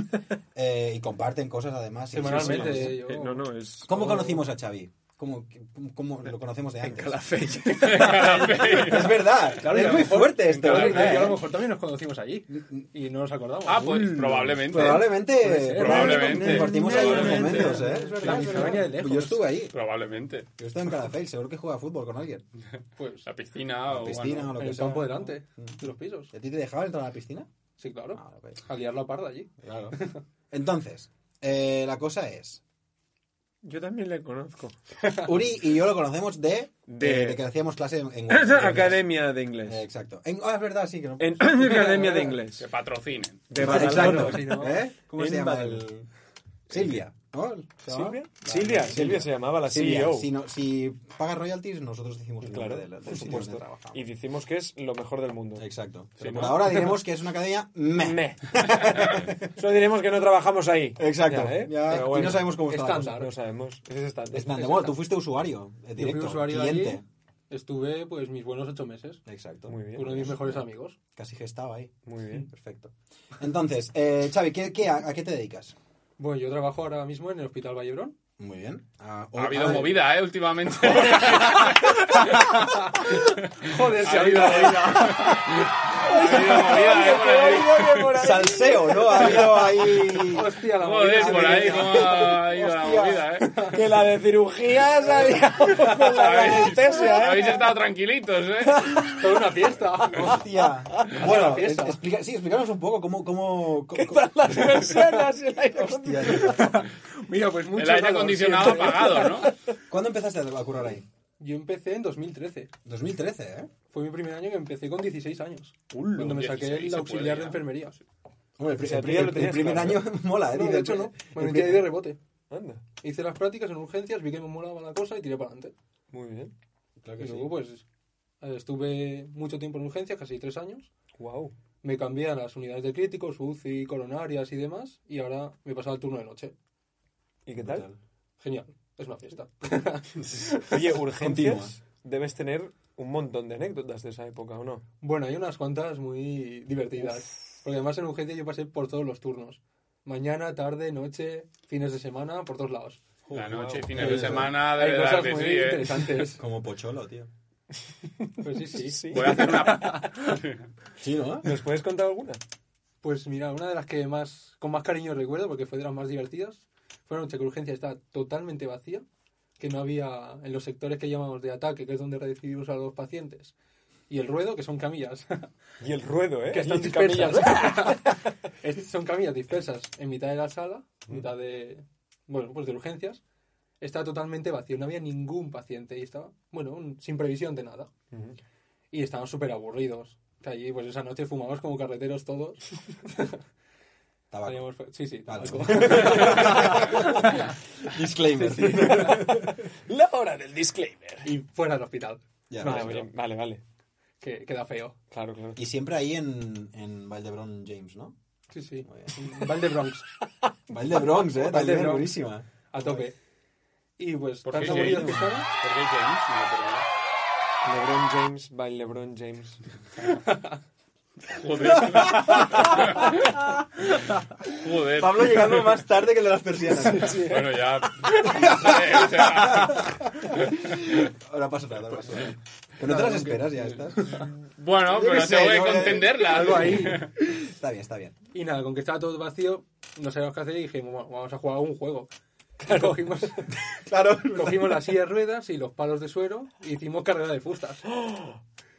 B: eh, y comparten cosas además. y-
E: Semanalmente. Oh.
B: Sí, sí, sí.
E: eh, yo-
C: Eh, no, no, es...
B: ¿Cómo conocimos a Xavi? ¿Cómo, cómo- cómo lo conocemos de antes? [LAUGHS] Es verdad,
E: y a
B: es
E: lo
B: muy
E: mejor-
B: fuerte esto.
E: claro,
B: es
E: y
B: verdad,
E: a lo
B: ¿eh?
E: mejor también nos conocimos allí. Y no nos acordamos.
D: ah, pues
B: Mm,
D: probablemente.
B: Probablemente,
E: ser,
D: probablemente.
B: compartimos algunos
E: Probablemente.
B: momentos, ¿eh? Es verdad,
E: La
B: es
E: amistad
B: verdad.
E: venía de lejos.
B: Yo estuve ahí,
D: Probablemente.
B: yo estuve en Calafell, seguro que jugaba fútbol con alguien.
D: Pues la piscina
B: La
D: o.
B: piscina
D: bueno.
B: o lo
E: En
B: que
E: el
B: sea.
E: campo delante. De los pisos.
B: ¿Y ¿A ti te dejaban entrar a la piscina?
E: Sí, claro.
B: Ah, ok.
E: A liar la parda allí.
B: Claro. Entonces, eh, la cosa es,
C: Yo también le [LAUGHS] conozco.
B: Uri y yo lo conocemos de,
C: De-
B: de, de que hacíamos clase en, en-
C: [LAUGHS] Academia de Inglés.
B: Eh, exacto. En- ah, es verdad, sí que no.
C: En Academia de Inglés.
D: Que patrocinen.
C: De Badalona.
B: exacto.
E: si
B: [LAUGHS]
E: no.
B: ¿Eh? ¿Cómo
C: En
B: se llama
C: Badalona.
B: el- Silvia, ¿no? ¿Se llama?
C: ¿Silvia?
B: Vale,
C: Silvia, Silvia se llamaba la
B: Silvia,
C: CEO.
B: Si, no- si paga royalties, nosotros decimos el
C: Claro,
B: nombre del, del
C: por
B: sitio donde
C: supuesto.
B: trabajamos.
C: Y decimos que es lo mejor del mundo.
B: Exacto. Pero
C: Sí,
B: por
C: ¿no?
B: ahora diremos que es una academia meh.
C: Meh. Solo diremos que no trabajamos ahí.
B: Exacto.
C: Ya, ¿eh?
B: Ya-
C: Pero bueno,
B: y no sabemos cómo está la cosa.
E: estándar.
C: No sabemos. Ese es estándar.
B: Es tan de bueno, tú fuiste usuario eh,
E: Yo fui
B: directo,
E: usuario
B: cliente.
E: allí. Estuve, pues, mis buenos ocho meses.
B: Exacto.
C: Muy bien.
E: Uno de mis mejores amigos.
B: Casi gestaba ahí.
C: Muy
B: [LAUGHS]
C: bien.
B: Perfecto. Entonces, eh, Xavi, ¿qué, qué- a, a qué te dedicas?
E: Bueno, yo trabajo ahora mismo en el Hospital Vallebrón.
B: Muy bien. Ah,
D: Ha habido
B: ah,
D: movida, ¿eh? Últimamente.
E: Joder,
D: ha habido movida. ha habido movida, ¿eh? Por ahí.
B: Salseo, ¿no? Ha habido ahí...
E: Hostia, la
D: Joder,
E: movida
D: ¿eh? por ahí,
E: sevillana.
D: cómo ha ido la
B: Hostia.
D: movida, ¿eh?
C: Que la de cirugías había con
D: Habéis, habéis estado tranquilitos, ¿eh?
E: Toda
B: [LAUGHS]
E: una fiesta.
B: Hostia. Bueno, es-
E: fiesta.
B: explica- sí, explícanos un poco cómo... cómo, cómo-
C: las persianas y el aire
B: Hostia.
E: Mira, pues mucho
D: El aire
E: calor,
D: acondicionado
E: siempre.
D: apagado, ¿no?
B: ¿Cuándo empezaste a currar ahí?
E: Yo empecé en 2013.
B: 2013, ¿eh?
E: Fue mi primer año que empecé con 16 años.
C: Ulo,
E: cuando me
D: 16
E: saqué el
D: se puede
E: auxiliar
D: ya.
E: de enfermería.
B: Hombre, el, pri-
C: O sea,
B: el
C: tú
B: pri-
C: ya lo
B: el
C: tenías
B: primer
C: claro,
B: año [LAUGHS] mola, ¿eh?
E: No,
B: Dice,
E: de hecho no. Me
B: el
E: metí
B: pri-
E: ahí de rebote.
C: Anda.
E: Hice las prácticas en urgencias, vi que me molaba la cosa y tiré para adelante.
C: Muy bien.
B: Claro
E: Y
B: que sí.
E: luego, pues, eh, estuve mucho tiempo en urgencias, casi tres años.
C: Wow.
E: Me cambié a las unidades de críticos, UCI, coronarias y demás. Y ahora me pasaba el turno de noche.
C: ¿Y qué tal?
E: Genial. Es una fiesta.
C: Oye, urgencias.
B: Continúa.
C: Debes tener un montón de anécdotas de esa época, ¿o no?
E: Bueno, hay unas cuantas muy divertidas. Porque además en urgencia yo pasé por todos los turnos. Mañana, tarde, noche, fines de semana, por todos lados.
D: La
C: Wow.
D: noche y fines
B: Sí,
D: de
B: sí.
D: semana, de
E: Hay
D: verdad
E: cosas
D: que
E: muy
D: sí, ¿eh? [LAUGHS]
E: interesantes.
B: Como pocholo, tío.
E: Pues sí, sí. sí.
D: Voy a hacer una...
B: Sí, [LAUGHS] ¿no?
C: ¿Nos puedes contar alguna?
E: Pues mira, una de las que más con más cariño recuerdo, porque fue de las más divertidas, fue una noche que urgencia estaba totalmente vacía, que no había en los sectores que llamamos de ataque, que es donde recibimos a los pacientes, y el ruedo, que son camillas,
C: Y el ruedo, [LAUGHS] ¿eh?
E: que
C: Y
E: están
C: camillas.
E: dispersas. [LAUGHS] Es- son camillas dispersas en mitad de la sala, en mitad de, bueno, pues de urgencias, estaba totalmente vacío, no había ningún paciente y estaba, bueno, un- sin previsión de nada
C: Ujú.
E: y estábamos súper aburridos. Que allí, pues esa noche fumamos como carreteros todos.
B: Tabaco. [LAUGHS]
E: Teníamos- Sí, sí,
B: Vale.
E: tabaco.
B: [LAUGHS] Disclaimer.
C: La hora del disclaimer.
E: y fuera del hospital,
B: [LAUGHS] Ya.
C: Vale, bien, vale, vale.
E: que queda feo.
C: Claro, claro.
B: Y siempre ahí en, en Valdebrón James, ¿no?
E: Sí, sí.
B: Muy bien.
E: Val de Bronx,
B: Valdebronx, ¿eh? También,
E: Valdebronx.
B: buenísima.
E: a tope. Y pues,
D: ¿Por
E: tan
D: qué
E: aburridos
D: James?
E: que estaban,
D: ¿Por qué James? No me acuerdo.
C: LeBron James by LeBron James.
D: Joder. [LAUGHS] Joder.
B: Pablo [LAUGHS] llegando más tarde que de las persianas.
D: Bueno, ya. [LAUGHS] no sé, o sea,
B: Ahora pasa nada, ahora pasa nada. Que no te las esperas, ya [LAUGHS] estás. Yo
D: bueno,
B: eh, qué
D: pero
B: sé,
D: tengo que
B: ¿no?
D: contenderla.
E: algo
D: [LAUGHS]
E: ahí.
B: Está bien, está bien.
E: Y nada, con que estaba todo vacío, no sabíamos qué hacer y dijimos, bueno, vamos a jugar a un juego.
B: [LAUGHS]
E: Y Cogimos,
B: Claro.
E: cogimos las sillas ruedas y los palos de suero y hicimos carrera de fustas.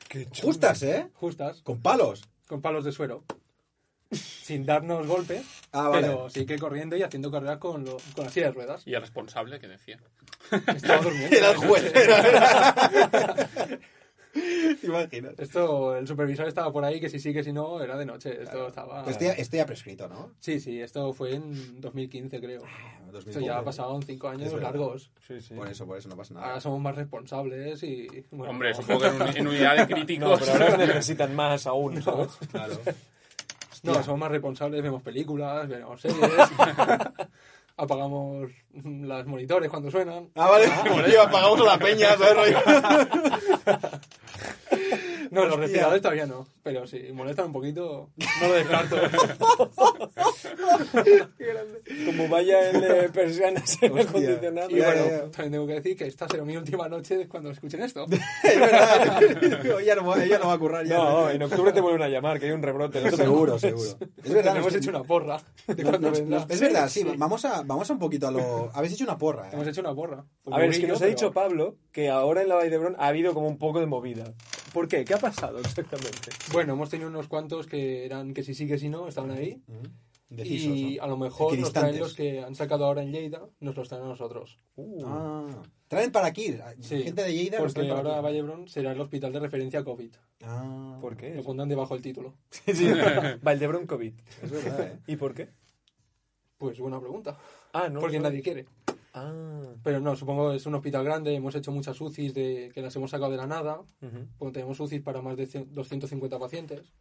C: Qué chulo.
B: Justas, ¿eh?
E: Justas,
B: Con palos.
E: con palos de suero. Sin darnos golpes,
B: Ah, vale.
E: pero sí que corriendo y haciendo carrera con, lo- con las sillas de ruedas.
D: Y el responsable que decía.
E: Estaba
B: [LAUGHS]
E: durmiendo.
B: Era el juez.
E: [LAUGHS]
B: ¿Te imaginas?
E: Esto, el supervisor estaba por ahí, que si sí, que si no, era de noche. Esto estaba...
B: Este, ya- este ya prescrito, ¿no?
E: Sí, sí, esto fue en 2015, creo. Esto
B: 2015.
E: ya ha pasado en cinco años
B: Ah, Es verdad. Ah.
E: largos.
C: Sí, sí.
B: Por eso, por eso no pasa nada.
E: Ahora somos más responsables y... bueno,
D: Hombre,
E: no.
D: supongo que en, un- en unidad de
C: No,
D: críticos.
C: pero ahora necesitan más aún, ¿no?
E: [LAUGHS]
B: Claro.
E: No,
B: Hostia.
E: somos más responsables, vemos películas, vemos series, [LAUGHS] apagamos los monitores cuando suenan.
B: Ah, vale. [LAUGHS] Tío, apagamos a la peña,
E: [LAUGHS]
B: ¿sabes? rollo? [LAUGHS]
E: No, los
B: Hostia.
E: respiradores todavía no, pero si molestan un poquito, no lo descarto.
C: Como vaya el de persianas en el
B: Hostia.
C: acondicionado.
E: y
B: Ya,
E: bueno,
B: ya, ya.
E: también tengo que decir que esta será mi última noche cuando escuchen esto.
B: Es verdad. Digo, Ella no, va- ella no va a currar ya.
C: No, en octubre te vuelven a llamar, que hay un rebrote. no te
B: [LAUGHS] Seguro,
C: preocupes.
B: seguro. Es
E: Verdad,
B: verdad.
E: hemos
B: nos-
E: hecho una porra. de
B: nos-
E: cuando
B: nos-
E: vendrá.
B: nos- Es verdad, sí. Vamos a, vamos a un poquito a lo... Habéis hecho una porra,
E: Hemos
B: ¿eh?
E: hecho una porra.
C: A ver, es que
E: Mourinho,
C: nos ha
E: pero-
C: dicho Pablo que ahora en la Valle de Bron ha habido como un poco de movida. ¿Por qué? ¿Qué ha pasado exactamente?
E: Bueno, hemos tenido unos cuantos que eran que si sí, que si no, estaban ahí.
B: Mm. Indecisos,
E: y
B: ¿no?
E: a lo mejor nos traen
B: Equidistantes.
E: los que han sacado ahora en Lleida, nos los traen a nosotros.
C: Uh,
B: Ah, traen para aquí.
E: Sí,
B: Gente de Lleida. los
E: Porque
B: traen para
E: ahora
B: aquí.
E: Vallebrón será el hospital de referencia COVID.
B: Ah,
C: ¿Por qué?
E: Lo pondrán debajo del título.
C: [LAUGHS] Valdebron COVID.
B: es verdad, ¿eh?
C: ¿Y por qué?
E: Pues buena pregunta.
C: Ah, no.
E: porque
C: no.
E: nadie quiere.
C: Ah.
E: Pero no, supongo que es un hospital grande. Hemos hecho muchas UCIs de, que las hemos sacado de la nada.
C: ujú.
E: Porque tenemos UCIs para más de 100 250 pacientes.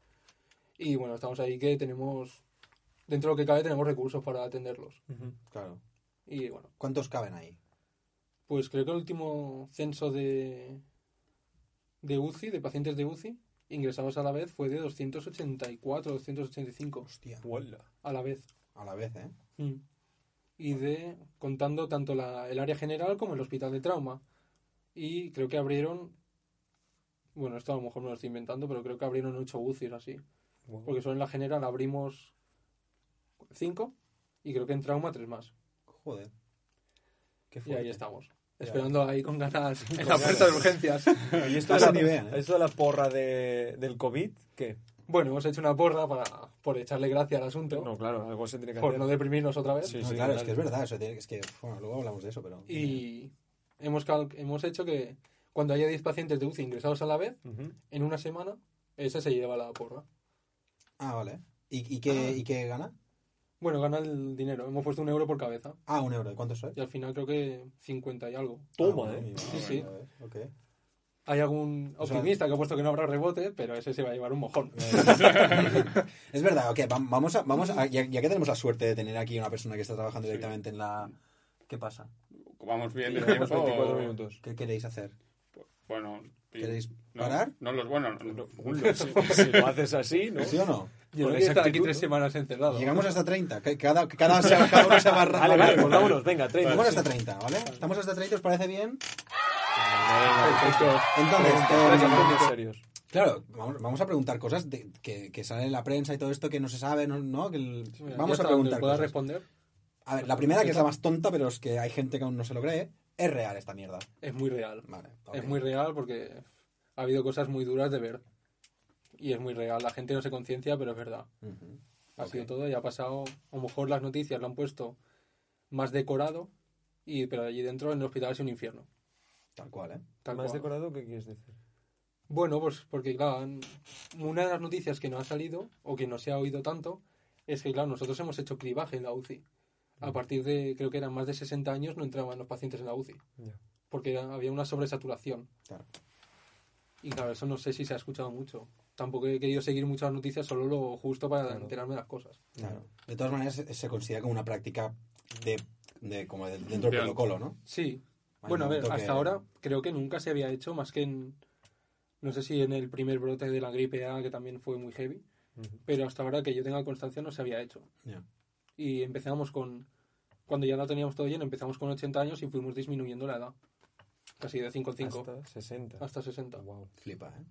E: Y bueno, estamos ahí que tenemos. Dentro de lo que cabe, tenemos recursos para atenderlos.
B: Claro.
E: Y bueno,
B: ¿Cuántos caben ahí?
E: pues creo que el último censo de, de UCI, de pacientes de UCI, ingresados a la vez, fue de 284, 285
B: Hostia.
C: Hola.
E: a la vez.
B: A la vez, ¿eh?
E: Mm. Y de contando tanto la- el área general como el hospital de trauma. Y creo que abrieron, bueno, esto a lo mejor me lo estoy inventando, pero creo que abrieron ocho UCIs así.
C: Wow.
E: Porque solo en la general abrimos cinco y creo que en trauma tres más.
B: Joder. Qué
E: Y ahí
B: fuerte.
E: estamos.
B: Ya.
E: Esperando ahí con ganas en la
B: ganas.
E: puerta de urgencias.
C: Y esto
B: No sé
C: de, la,
B: ni idea, ¿eh?
C: esto de la porra de- del COVID, ¿qué?
E: Bueno, hemos hecho una porra para, por echarle gracia al asunto,
C: No, claro, algo se tiene que
E: por
C: hacer.
E: no deprimirnos otra vez.
C: Sí,
B: No,
C: sí,
B: claro, es
C: claro.
B: que es verdad. Eso tiene- es que, bueno, luego hablamos de eso, pero.
E: Y hemos, cal- hemos hecho que cuando haya 10 pacientes de UCI ingresados a la vez,
C: Ujú.
E: en una semana, ese se lleva la porra.
B: Ah, vale. ¿Y, y qué, ¿Y qué gana?
E: Bueno, gana el dinero. Hemos puesto un euro por cabeza.
B: Ah, un euro. ¿Cuántos son?
E: Y al final creo que 50 y algo.
C: Toma,
B: Ah,
C: ¿eh?
B: bueno,
E: Sí,
B: bueno,
E: sí.
B: a ver, ok. [LAUGHS]
E: Hay algún
B: O sea- Eh,
E: optimista que ha puesto que no habrá rebote, pero ese se va a llevar un mojón. [LAUGHS]
B: es verdad, ok. vam- Vamos a, vamos a- ya, ya que tenemos la suerte de tener aquí una persona que está trabajando directamente en la. ¿Qué pasa?
D: Vamos bien de
C: Tenemos
D: tiempo.
C: 24
D: o-
C: minutos.
B: ¿Qué queréis hacer?
D: Bueno. y-
B: ¿Queréis
D: no,
B: parar?
D: No, los bueno, no, no, [LAUGHS]
C: Si, si lo haces así, ¿no?
B: ¿Sí o no?
E: Yo
C: Con
E: creo que estar aquí
C: exactitud,
E: tres
C: ¿no?
E: semanas encerrado.
B: Llegamos hasta 30. que Cada, cada, cada uno se abarra.
C: Vale, vale, pues vámonos, venga, 30.
B: Vamos hasta 30, ¿vale? Estamos hasta 30, ¿os parece bien?
D: Perfecto.
B: Entonces,
E: Este,
C: Gracias,
B: eh,
C: muy serios.
B: claro, vamos, vamos a preguntar cosas de- que, que salen en la prensa y todo esto que no se sabe, ¿no? ¿no? Que el-
E: Sí, mira,
B: vamos
E: ya
B: a
E: está, donde
B: preguntar
E: pueda
B: cosas.
E: responder
B: A ver, la primera, que es la más tonta, pero es que hay gente que aún no se lo cree, es real esta mierda.
E: es muy real.
B: Vale, ok.
E: Es muy real porque ha habido cosas muy duras de ver. Y es muy real. La gente no se conciencia, pero es verdad.
B: Ujú.
E: Ha
B: Ok.
E: sido todo y ha pasado. A lo mejor las noticias lo han puesto más decorado, y pero allí dentro en el hospital es un infierno.
B: Tal cual, ¿eh?
E: tal
C: ¿Más
E: cual.
C: decorado qué quieres decir?
E: Bueno, pues porque, claro, han- una de las noticias que no ha salido o que no se ha oído tanto es que, claro, nosotros hemos hecho cribaje en la UCI.
B: Mm.
E: A partir de, creo que eran más de 60 años, no entraban los pacientes en la UCI
C: Ya.
E: porque era- había una sobresaturación.
B: Claro.
E: Y claro, eso no sé si se ha escuchado mucho. Tampoco he querido seguir muchas noticias, solo lo justo para
C: Claro.
E: enterarme de las cosas.
B: Claro. De todas maneras, se- se considera como una práctica de, de- como de- dentro del
D: De-
B: protocolo, ¿no?
E: Sí.
B: Hay
E: bueno, a
B: un
E: ver,
B: momento
E: hasta
B: que-
E: ahora creo que nunca se había hecho, más que en. No sé si en el primer brote de la gripe A, que también fue muy heavy,
C: Ujú.
E: pero hasta ahora que yo tenga constancia no se había hecho.
B: Ya.
E: Y empezamos con. Cuando ya lo teníamos todo lleno, empezamos con 80 años y fuimos disminuyendo la edad. Casi de 5 en 5. Hasta,
C: Hasta 60.
E: 60.
C: Wow.
B: Flipa, ¿eh?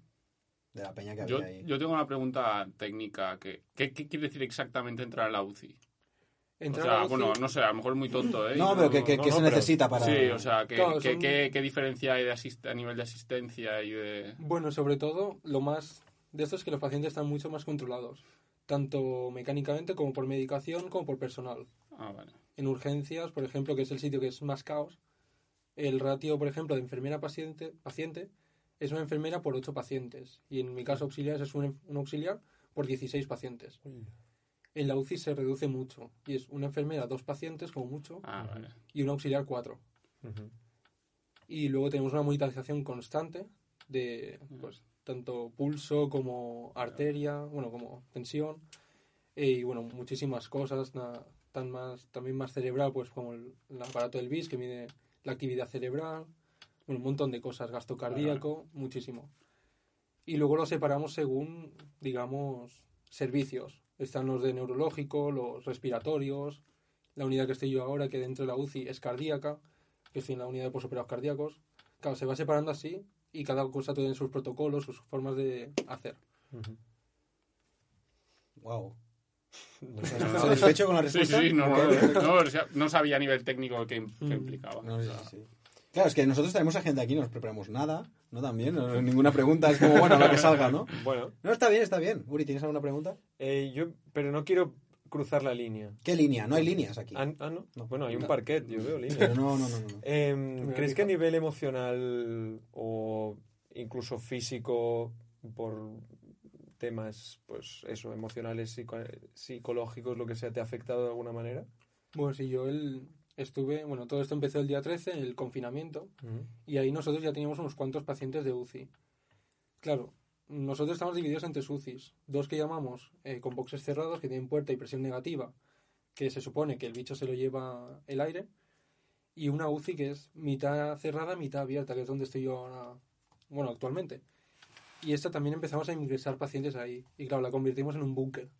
B: De la peña que
D: Yo,
B: había ahí.
D: yo tengo una pregunta técnica. Que, ¿qué, qué quiere decir exactamente entrar a la UCI?
E: Entrar
D: o sea,
E: a la UCI-
D: bueno, no sé, a lo mejor es muy tonto, ¿eh?
B: no,
D: Y
B: pero que, que-
C: no,
B: que
C: no,
B: se
C: pero-
B: necesita para...
D: Sí, o sea, ¿qué,
E: Claro,
D: qué-
E: son-
D: qué- qué diferencia hay de asist- a nivel de asistencia y de...?
E: Bueno, sobre todo, lo más de esto es que los pacientes están mucho más controlados, tanto mecánicamente como por medicación como por personal.
D: Ah, vale.
E: En urgencias, por ejemplo, que es el sitio que es más caos, el ratio, por ejemplo, de enfermera-paciente paciente, es una enfermera por 8 pacientes y en mi caso auxiliares es un, un auxiliar por 16 pacientes.
C: Uy.
E: En la UCI se reduce mucho y es una enfermera, dos pacientes como mucho
D: Ah, vale.
E: y un auxiliar, cuatro.
C: Ujú.
E: Y luego tenemos una monitorización constante de pues, tanto pulso como arteria, bueno, como tensión eh, y bueno, muchísimas cosas, na- tan más, también más cerebral, pues como el, el aparato del BIS que mide la actividad cerebral, bueno, un montón de cosas, gasto cardíaco, muchísimo. Y luego lo separamos según, digamos, servicios. Están los de neurológico, los respiratorios, la unidad que estoy yo ahora, que dentro de la UCI es cardíaca, que estoy en la unidad de posoperados cardíacos. Claro, se va separando así y cada cosa tiene sus protocolos, sus formas de hacer.
C: Ujú.
B: Wow.
C: No sé.
B: ¿Satisfecho con la
D: Sí,
B: respuesta?
D: sí, sí, no,
B: Ok.
D: no, no, o sea, no sabía a nivel técnico qué, im- qué
E: Mm.
D: implicaba.
B: No,
D: O
B: sí,
D: sea,
B: sí, sí. Claro, es que nosotros tenemos a gente aquí, no nos preparamos nada, ¿no? También, no- ninguna pregunta, es como, bueno, lo que salga, ¿no?
C: [LAUGHS] Bueno,
B: No, está bien, está bien. Uri, ¿tienes alguna pregunta?
C: eh, yo, pero no quiero cruzar la línea.
B: ¿Qué línea? No hay líneas aquí.
C: Ah, ah, no.
B: No.
C: Bueno, hay un
B: No.
C: parquet, yo veo línea.
B: Pero no, no, no, no.
C: Em,
E: Me
C: ¿Crees
E: fijo.
C: que a nivel emocional o incluso físico, por temas, pues eso, emocionales, psico- psicológicos, lo que sea, te ha afectado de alguna manera?
E: Bueno, sí, yo el- estuve, bueno, todo esto empezó el día 13, en el confinamiento, y ahí nosotros ya teníamos unos cuantos pacientes de UCI. Claro, nosotros estamos divididos entre UCIs, dos que llamamos eh, con boxes cerrados, que tienen puerta y presión negativa, que se supone que el bicho se lo lleva el aire, y una UCI que es mitad cerrada, mitad abierta, que es donde estoy yo ahora, bueno, actualmente. Y esta también empezamos a ingresar pacientes ahí, y claro, la convertimos en un búnker.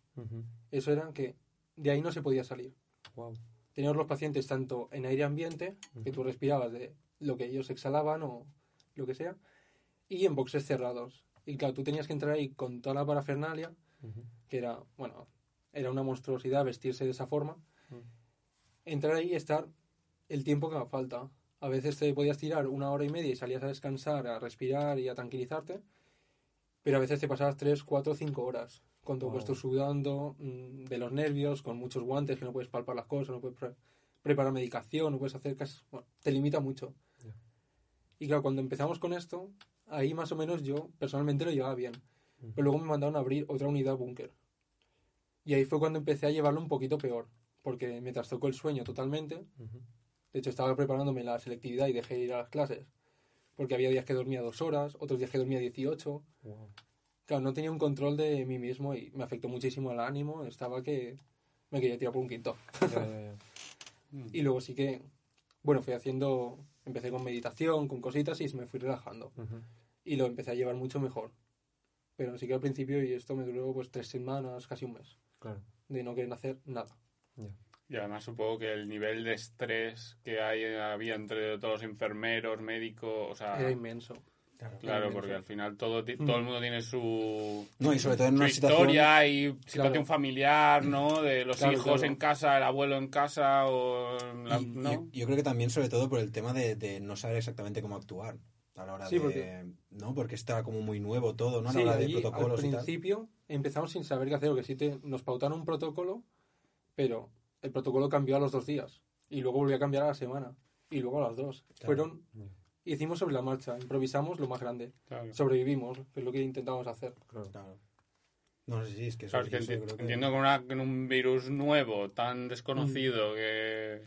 E: Eso era que de ahí no se podía salir
C: Wow.
E: teníamos los pacientes tanto en aire ambiente, que tú respirabas de lo que ellos exhalaban o lo que sea, y en boxes cerrados. Y claro, tú tenías que entrar ahí con toda la parafernalia, que era, bueno, era una monstruosidad vestirse de esa forma.
C: Ujú.
E: Entrar ahí y estar el tiempo que haga falta. A veces te podías tirar una hora y media y salías a descansar, a respirar y a tranquilizarte, pero a veces te pasabas tres, cuatro, cinco horas, con todo
C: Wow.
E: puesto sudando, mm, de los nervios, con muchos guantes que no puedes palpar las cosas, no puedes pre- preparar medicación, no puedes hacer casi... Bueno, te limita mucho.
C: Ya.
E: Y claro, cuando empezamos con esto, ahí más o menos yo personalmente lo llevaba bien.
C: Ujú.
E: Pero luego me mandaron a abrir otra unidad búnker. Y ahí fue cuando empecé a llevarlo un poquito peor, porque me trastocó el sueño totalmente. De hecho, estaba preparándome la selectividad y dejé de ir a las clases, porque había días que dormía dos horas, otros días que dormía 18.
C: [LAUGHS] Wow.
E: Claro, no tenía un control de mí mismo y me afectó muchísimo el ánimo, estaba que me quería tirar por un quinto.
D: mm.
E: Y luego sí que, bueno, fui haciendo, empecé con meditación, con cositas y me fui relajando. Y lo empecé a llevar mucho mejor. Pero sí que al principio, y esto me duró pues tres semanas, casi un mes,
C: Claro.
E: de no querer hacer nada.
D: Y además supongo que el nivel de estrés que hay, había entre todos los enfermeros, médicos, o
B: Ah.
D: sea...
E: Era inmenso.
D: Claro,
E: inmenso.
D: porque al final todo, ti- todo el mundo tiene su,
B: No, y sobre todo en
D: su
B: una situación...
D: historia y situación
E: Claro.
D: familiar, ¿no? De los
E: Claro,
D: hijos
E: claro.
D: en casa, el abuelo en casa o... la-
B: Y-
D: ¿no?
B: yo, yo creo que también, sobre todo, por el tema de, de no saber exactamente cómo actuar a la hora
E: Sí,
B: de...
E: porque-
B: No, porque está como muy nuevo todo, ¿no? A la
E: Sí,
B: hora de
E: allí, al
B: protocolos y tal.
E: principio empezamos sin saber qué hacer, porque sí te- nos pautaron un protocolo, pero el protocolo cambió a los dos días. Y luego volvió a cambiar a la semana. Y luego a las dos.
B: Claro.
E: Fueron. Hicimos sobre la marcha, improvisamos lo más grande.
D: Claro.
E: Sobrevivimos, que es lo que intentamos hacer.
B: Claro. No sé si es que...
D: Claro, es
B: sobre
D: que
B: eso yo
D: enti-
B: creo que-
D: entiendo que, una- que un virus nuevo, tan desconocido, que,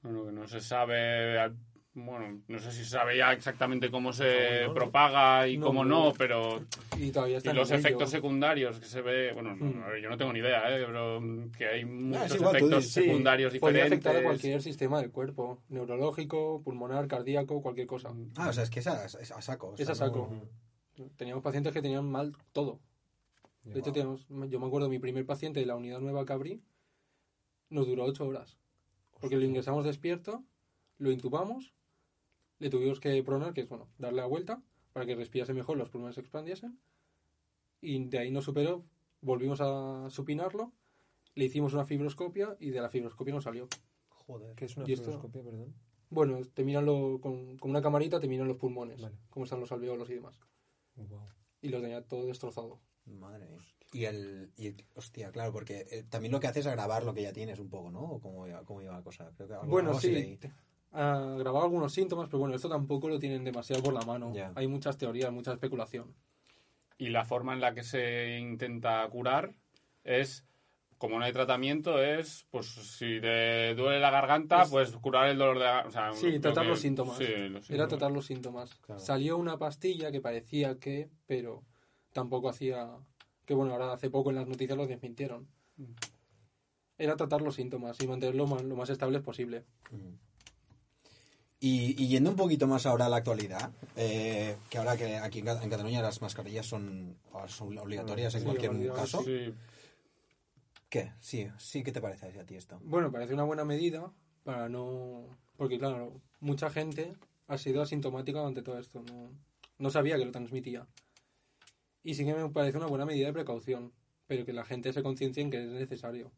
D: bueno, que no se sabe, al- bueno, no sé si se sabe ya exactamente cómo se
C: Aún no, ¿no?
D: propaga y
E: No,
D: cómo
E: no.
D: no, pero
E: Y todavía
D: y
E: está en
D: los
E: ello.
D: efectos secundarios que se ve, bueno, no,
E: Mm.
D: a ver, yo no tengo ni idea, ¿eh? pero mm, que
E: Ah,
D: hay muchos
B: igual, tú
D: efectos
B: dices,
E: Sí,
D: secundarios
E: Podría
D: diferentes.
E: afectar a cualquier sistema del cuerpo, neurológico, pulmonar, cardíaco, cualquier cosa.
B: Ah, o sea, es que es a, es a saco. o sea,
E: Es a saco.
B: no-
E: Teníamos pacientes que tenían mal todo. De hecho, teníamos, yo me acuerdo, mi primer paciente de la unidad nueva que abrí nos duró ocho horas. Porque lo ingresamos despierto, lo intubamos, le tuvimos que pronar, que es bueno, darle la vuelta para que respirase mejor, los pulmones se expandiesen. Y de ahí nos superó, volvimos a supinarlo, le hicimos una fibroscopia y de la fibroscopia no salió.
B: Joder.
C: ¿Qué es una
E: ¿Y esto?
C: fibroscopia, perdón?
E: Bueno, te miran lo- con, con una camarita, te miran los pulmones,
C: Vale.
E: cómo están los alveolos y demás.
C: Wow.
E: Y lo tenía todo destrozado.
B: Madre mía. Y el, y el- Hostia, claro, porque eh, también lo que haces es grabar lo que ya tienes un poco, ¿no? ¿O cómo iba, cómo iba la cosa? Creo que algo-
E: Bueno,
B: algo así
E: sí.
B: leí.
E: te- Ha grabado algunos síntomas, pero bueno, esto tampoco lo tienen demasiado por la mano.
B: Ya.
E: Hay muchas teorías, mucha especulación.
D: y la forma en la que se intenta curar es como no hay tratamiento es pues si te duele la garganta
E: Es-
D: pues curar el dolor de la o sea,
E: Sí,
D: lo
E: tratar
D: que-
E: los síntomas.
D: sí, los
E: Era
D: síntomas.
E: tratar los síntomas.
B: Claro.
E: Salió una pastilla que parecía que, pero tampoco hacía... Que bueno, ahora hace poco en las noticias lo desmintieron.
D: Mm.
E: Era tratar los síntomas y mantenerlo ma- lo más estables posible.
B: Mm. Y, y yendo un poquito más ahora a la actualidad, eh, que ahora que aquí en Ca- en Cataluña las mascarillas son, son obligatorias en
E: Sí,
B: cualquier
E: obligatorias,
B: caso.
D: Sí.
B: ¿Qué? Sí, sí, ¿qué te parece a ti esto?
E: Bueno, parece una buena medida para no... Porque claro, mucha gente ha sido asintomática durante todo esto. No, no sabía que lo transmitía. Y sí que me parece una buena medida de precaución, pero que la gente se conciencie en que es necesario.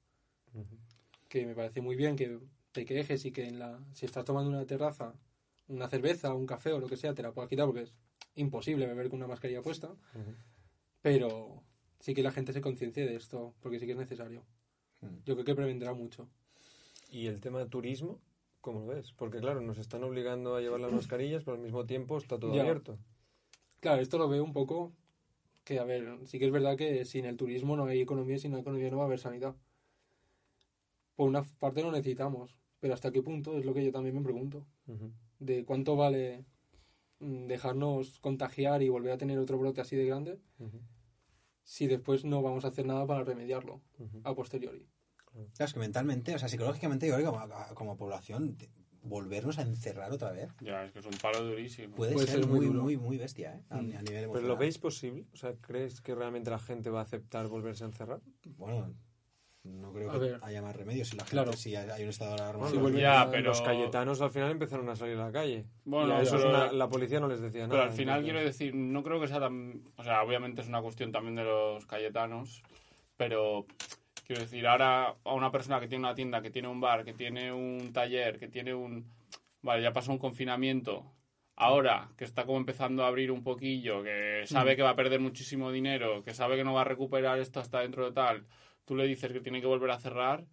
E: Que me parece muy bien que te quejes y que en la, si estás tomando una terraza, una cerveza, un café o lo que sea, te la puedas quitar porque es imposible beber con una mascarilla puesta. Pero sí que la gente se conciencie de esto, porque sí que es necesario.
B: Mm.
E: Yo creo que prevendrá mucho.
C: ¿Y el tema turismo? ¿Cómo lo ves? Porque claro, nos están obligando a llevar las mascarillas, pero al mismo tiempo está todo
E: Ya.
C: abierto.
E: Claro, esto lo veo un poco que, a ver, sí que es verdad que sin el turismo no hay economía y sin la economía no va a haber sanidad. Por una parte lo necesitamos, pero ¿hasta qué punto? Es lo que yo también me pregunto.
C: Ujú.
E: De cuánto vale mm, dejarnos contagiar y volver a tener otro brote así de grande
C: Ujú.
E: si después no vamos a hacer nada para remediarlo
C: Ujú.
E: a posteriori.
B: Claro, es que mentalmente, o sea, psicológicamente, yo creo que como, como población, te- volvernos a encerrar otra vez
D: ya es que es un palo durísimo
B: puede,
E: Puede
B: ser,
E: ser muy
B: muy,
E: duro.
B: muy, muy bestia, ¿eh? A, a
E: Mm.
B: nivel
C: ¿Pero
B: emocional.
C: lo veis posible? O sea, ¿crees que realmente la gente va a aceptar volverse a encerrar?
B: Bueno, no creo
E: A
B: que
E: ver.
B: haya más remedio si la gente,
E: Claro.
B: si hay hay un estado de alarma.
E: Si
B: la-
E: vuelve-
D: ya
E: Los
D: pero
C: Los cayetanos al final empezaron a salir a la calle.
D: Bueno,
C: Y eso es
D: pero-
C: una- la policía no les decía
D: Pero
C: nada.
D: al final quiero
C: entonces-
D: decir, no creo que sea tan... O sea, obviamente es una cuestión también de los cayetanos, pero quiero decir, ahora a una persona que tiene una tienda, que tiene un bar, que tiene un taller, que tiene un... Vale, ya pasó un confinamiento. Ahora, que está como empezando a abrir un poquillo, que
C: Mm.
D: sabe que va a perder muchísimo dinero, que sabe que no va a recuperar esto hasta dentro de tal, tú le dices que tiene que volver a cerrar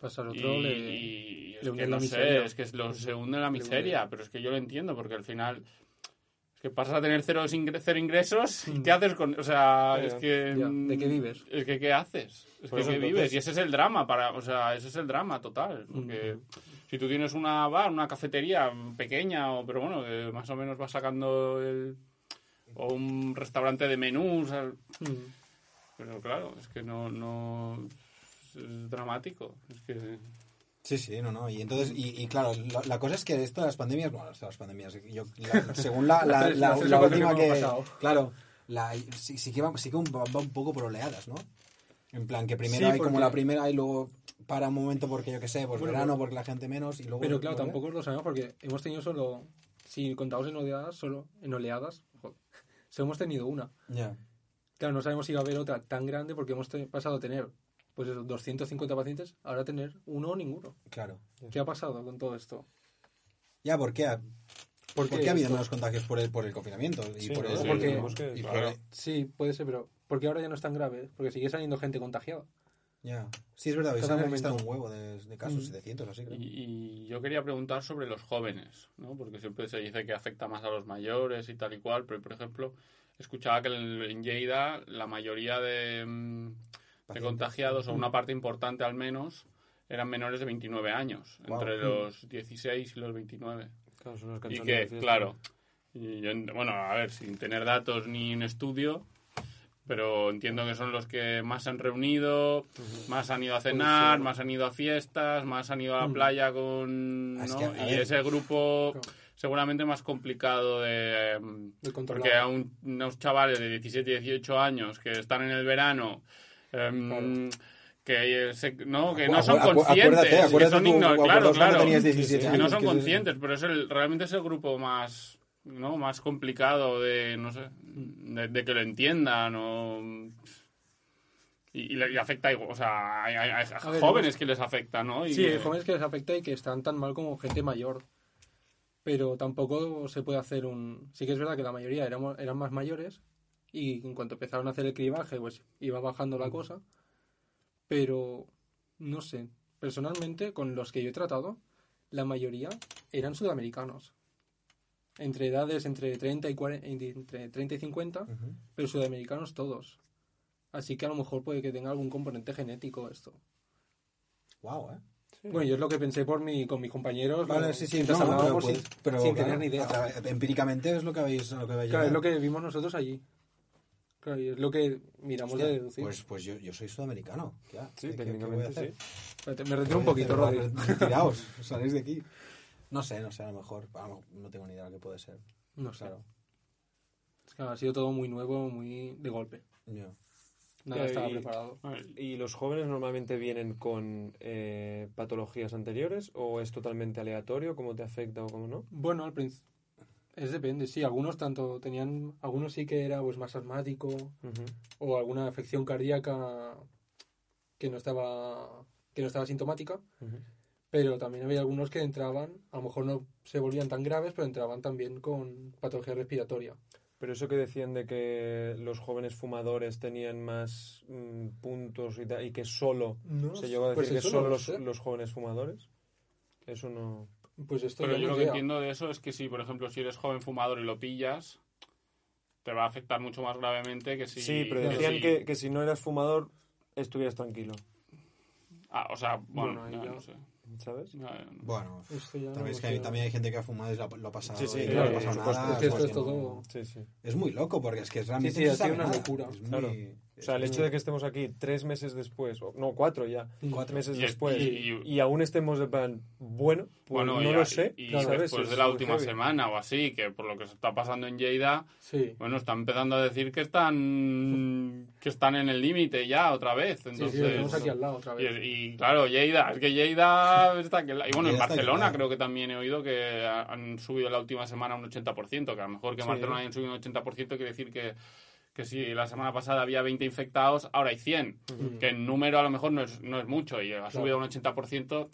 E: Pasar
D: y, y es
E: le hunde
D: que
E: la
D: no
E: miseria.
D: sé, es que lo- se hunde en la
E: hunde.
D: miseria, pero es que yo lo entiendo, porque al final es que pasas a tener cero, ingre- cero ingresos y qué haces con... O sea,
C: Ya,
D: es que...
E: Mm.
D: mm,
E: ya. ¿De qué vives?
D: Es que qué haces, es
C: Por
D: que
C: eso
D: qué
C: entonces-
D: vives, y ese es el drama, para, o sea, ese es el drama total, porque
E: Mm.
D: si tú tienes una bar, una cafetería pequeña, o, pero bueno, que más o menos vas sacando el... o un restaurante de menús, al-
E: Mm.
D: pero claro, es que no... no es dramático, es que...
B: Sí, sí, no, no. Y entonces, y, y claro, la, la cosa es que esto de las pandemias, bueno, esto de las pandemias, yo, la- según
E: [LAUGHS]
B: la, la,
E: Las tres-
B: la-
E: las tres
B: la
E: o cuatro
B: última
E: que
B: que,
E: hemos pasado.
B: claro, la, sí, sí que va, sí que un- va, va un poco por oleadas, ¿no? En plan, que primero
E: Sí,
B: hay como
E: porque-
B: la primera y luego para un momento porque yo qué sé, por
E: Bueno,
B: verano,
E: pero-
B: porque la gente menos y luego.
E: Pero claro,
B: vuelve.
E: tampoco lo sabemos porque hemos tenido solo, si contamos en oleadas, solo en oleadas, joder, [LAUGHS] solo hemos tenido una.
B: Ya.
E: Claro, no sabemos si va a haber otra tan grande porque hemos te- pasado a tener, pues eso, 250 pacientes, ahora a tener uno o ninguno.
B: Claro.
E: ¿Qué ha pasado con todo esto?
B: Ya, ¿por qué ha,
E: ¿Por
B: por qué ha habido menos contagios por el, por el confinamiento? Y
C: Sí,
B: por
C: ¿no?
B: el-
E: Porque-
B: y
C: que-
B: por
A: claro.
B: el-
E: Sí, puede ser, pero porque ahora ya no es tan grave, porque sigue saliendo gente contagiada.
B: Ya. Sí, es verdad, que se
E: Cada
B: han registrado un
E: momento.
B: huevo de, de casos,
E: Mm.
B: 700 así, creo.
D: Y, y yo quería preguntar sobre los jóvenes, ¿no? Porque siempre se dice que afecta más a los mayores y tal y cual, pero por ejemplo, escuchaba que en en Lleida la mayoría de, mm, de
B: Pacientes.
D: contagiados, o una parte importante al menos, eran menores de 29 años,
B: Guau.
D: entre los 16 y los 29.
C: Claro, son unos
D: Y
C: canchones de
D: que,
C: fiesta.
D: claro, y yo ent- bueno, a ver, sin tener datos ni un estudio, pero entiendo que son los que más se han reunido, más han ido a cenar,
C: ser.
D: más han ido a fiestas, más han ido a la playa con...
B: Ah, Mm. es
D: ¿no?
B: que, a
D: y
B: ver.
D: ese grupo
E: Claro.
D: seguramente más complicado de... em,
E: De controlar.
D: Porque a un- unos chavales de 17 18 años que están en el verano... em, Que, eh, se- no, que no
B: Acu-
D: son
B: acu-
D: conscientes,
B: acuérdate,
D: que
B: acuérdate
D: son
B: tú,
D: ignorantes.
B: acordaos
D: Claro,
B: cuando
D: claro.
B: tenías 17
D: Que no
B: años,
D: son
B: que-
D: conscientes, pero es el, realmente es el grupo más, ¿no? más complicado de, no sé, de, de que lo entiendan o... Y, y le- y afecta, igual, o sea, hay, hay- hay
E: ver,
D: jóvenes que les afecta, ¿no? Y,
E: Sí, hay jóvenes que les afecta y que están tan mal como gente mayor. Pero tampoco se puede hacer un... Sí que es verdad que la mayoría éramos, eran más mayores y en cuanto empezaron a hacer el cribaje, pues iba bajando la cosa. Pero, no sé, personalmente, con los que yo he tratado, la mayoría eran sudamericanos. Entre edades entre 30 y, 40 entre 30 y 50,
B: Ujú.
E: pero sudamericanos todos. Así que a lo mejor puede que tenga algún componente genético esto.
B: Guau, ¿eh?
E: Bueno, yo es lo que pensé por mi, con mis compañeros.
B: Vale,
E: lo-
B: sí, sí,
E: mientras
B: no, pero
E: hablábamos
B: puede-
E: sin,
B: pero,
E: sin
B: claro,
E: tener ni
B: a
E: idea.
B: través- Empíricamente es lo que habéis, a lo que habéis
E: Claro, es lo
B: llegado.
E: que vimos nosotros allí. Claro, y es lo que miramos
B: Hostia,
E: de deducir.
B: Pues, pues yo, yo soy sudamericano. ya,
C: Sí,
B: ¿qué- qué- qué voy a
C: técnicamente
B: hacer?
C: sí.
E: Espérate, me retiro un
B: pues,
E: poquito, Rodri.
B: Tiraos, salís de aquí. No sé, no sé, a lo mejor. a lo mejor no tengo ni idea de lo que puede ser.
E: No sé.
B: Claro.
E: Es que ha sido todo muy nuevo, muy de golpe.
B: Yo.
E: Nada
C: Ya,
E: estaba
C: y-
E: preparado.
C: ¿Y los jóvenes normalmente vienen con eh, patologías anteriores o es totalmente aleatorio cómo te afecta o cómo no?
E: Bueno, al principio. Es depende, sí. Algunos tanto tenían. Algunos sí que era pues más asmático o alguna afección cardíaca que no estaba que no estaba sintomática. Pero también había algunos que entraban, a lo mejor no se volvían tan graves, pero entraban también con patología respiratoria.
C: Pero eso que decían de que los jóvenes fumadores tenían más mm, puntos y, tal, y que solo
E: No,
C: se llegó a decir que
E: Pues eso
C: solo
E: no lo
C: los,
E: sé.
C: los jóvenes fumadores. Eso no.
E: Pues esto
D: Pero
E: no
D: yo lo
E: tengo
D: que
E: idea.
D: entiendo de eso es que si, por ejemplo, si eres joven fumador y lo pillas, te va a afectar mucho más gravemente que si...
C: Sí, pero decían
D: si-
C: que, que si no eras fumador estuvieras tranquilo,
D: Ah, o sea, bueno,
E: Bueno,
D: ya,
E: ya.
D: no sé.
C: ¿sabes?
D: Ya, no.
B: Bueno,
E: Esto ya no
B: también,
E: lo
B: es que hay,
E: sé.
B: también hay gente que ha fumado y lo, ha- lo ha pasado.
C: Sí, sí,
B: y no
C: claro,
B: ha
C: por
B: pasado
C: supuesto.
B: nada.
E: Es que esto
B: igual
E: es
B: no-
E: todo.
C: Sí, sí.
B: Es muy loco porque es que es realmente.
E: sí,
B: no
E: ha
B: se sabe
E: sido una
B: nada.
E: locura.
B: Es muy-
C: Claro. O sea, el hecho de que estemos aquí tres meses después, o no, cuatro ya,
B: Cuatro.
C: meses
D: Y-
C: después,
D: y-
C: y,
D: y-
C: aún estemos de plan, bueno, pues
D: bueno,
C: no
D: y,
C: lo sé.
D: y
C: ¿sabes?
D: después
C: Es
D: de la
C: muy
D: última
C: heavy. [LAUGHS]
D: semana o así, que por lo que se está pasando en Lleida,
E: Sí.
D: bueno, están empezando a decir que están que están en el límite ya otra vez.
E: Sí,
D: Entonces,
E: sí, lo tenemos aquí al lado otra
D: y,
E: vez.
D: y, claro, Lleida, es que Lleida está que la- Y bueno, en
B: Lleida está que
D: Barcelona
B: la-
D: creo que también he oído que ha- han subido la última semana un 80%, que a lo mejor que en
C: Sí.
D: Barcelona hayan subido un 80% quiere decir que, que si la semana pasada había 20 infectados, ahora hay
E: Mm.
D: 100, que en número a lo mejor no es, no es mucho y ha subido un un 80%.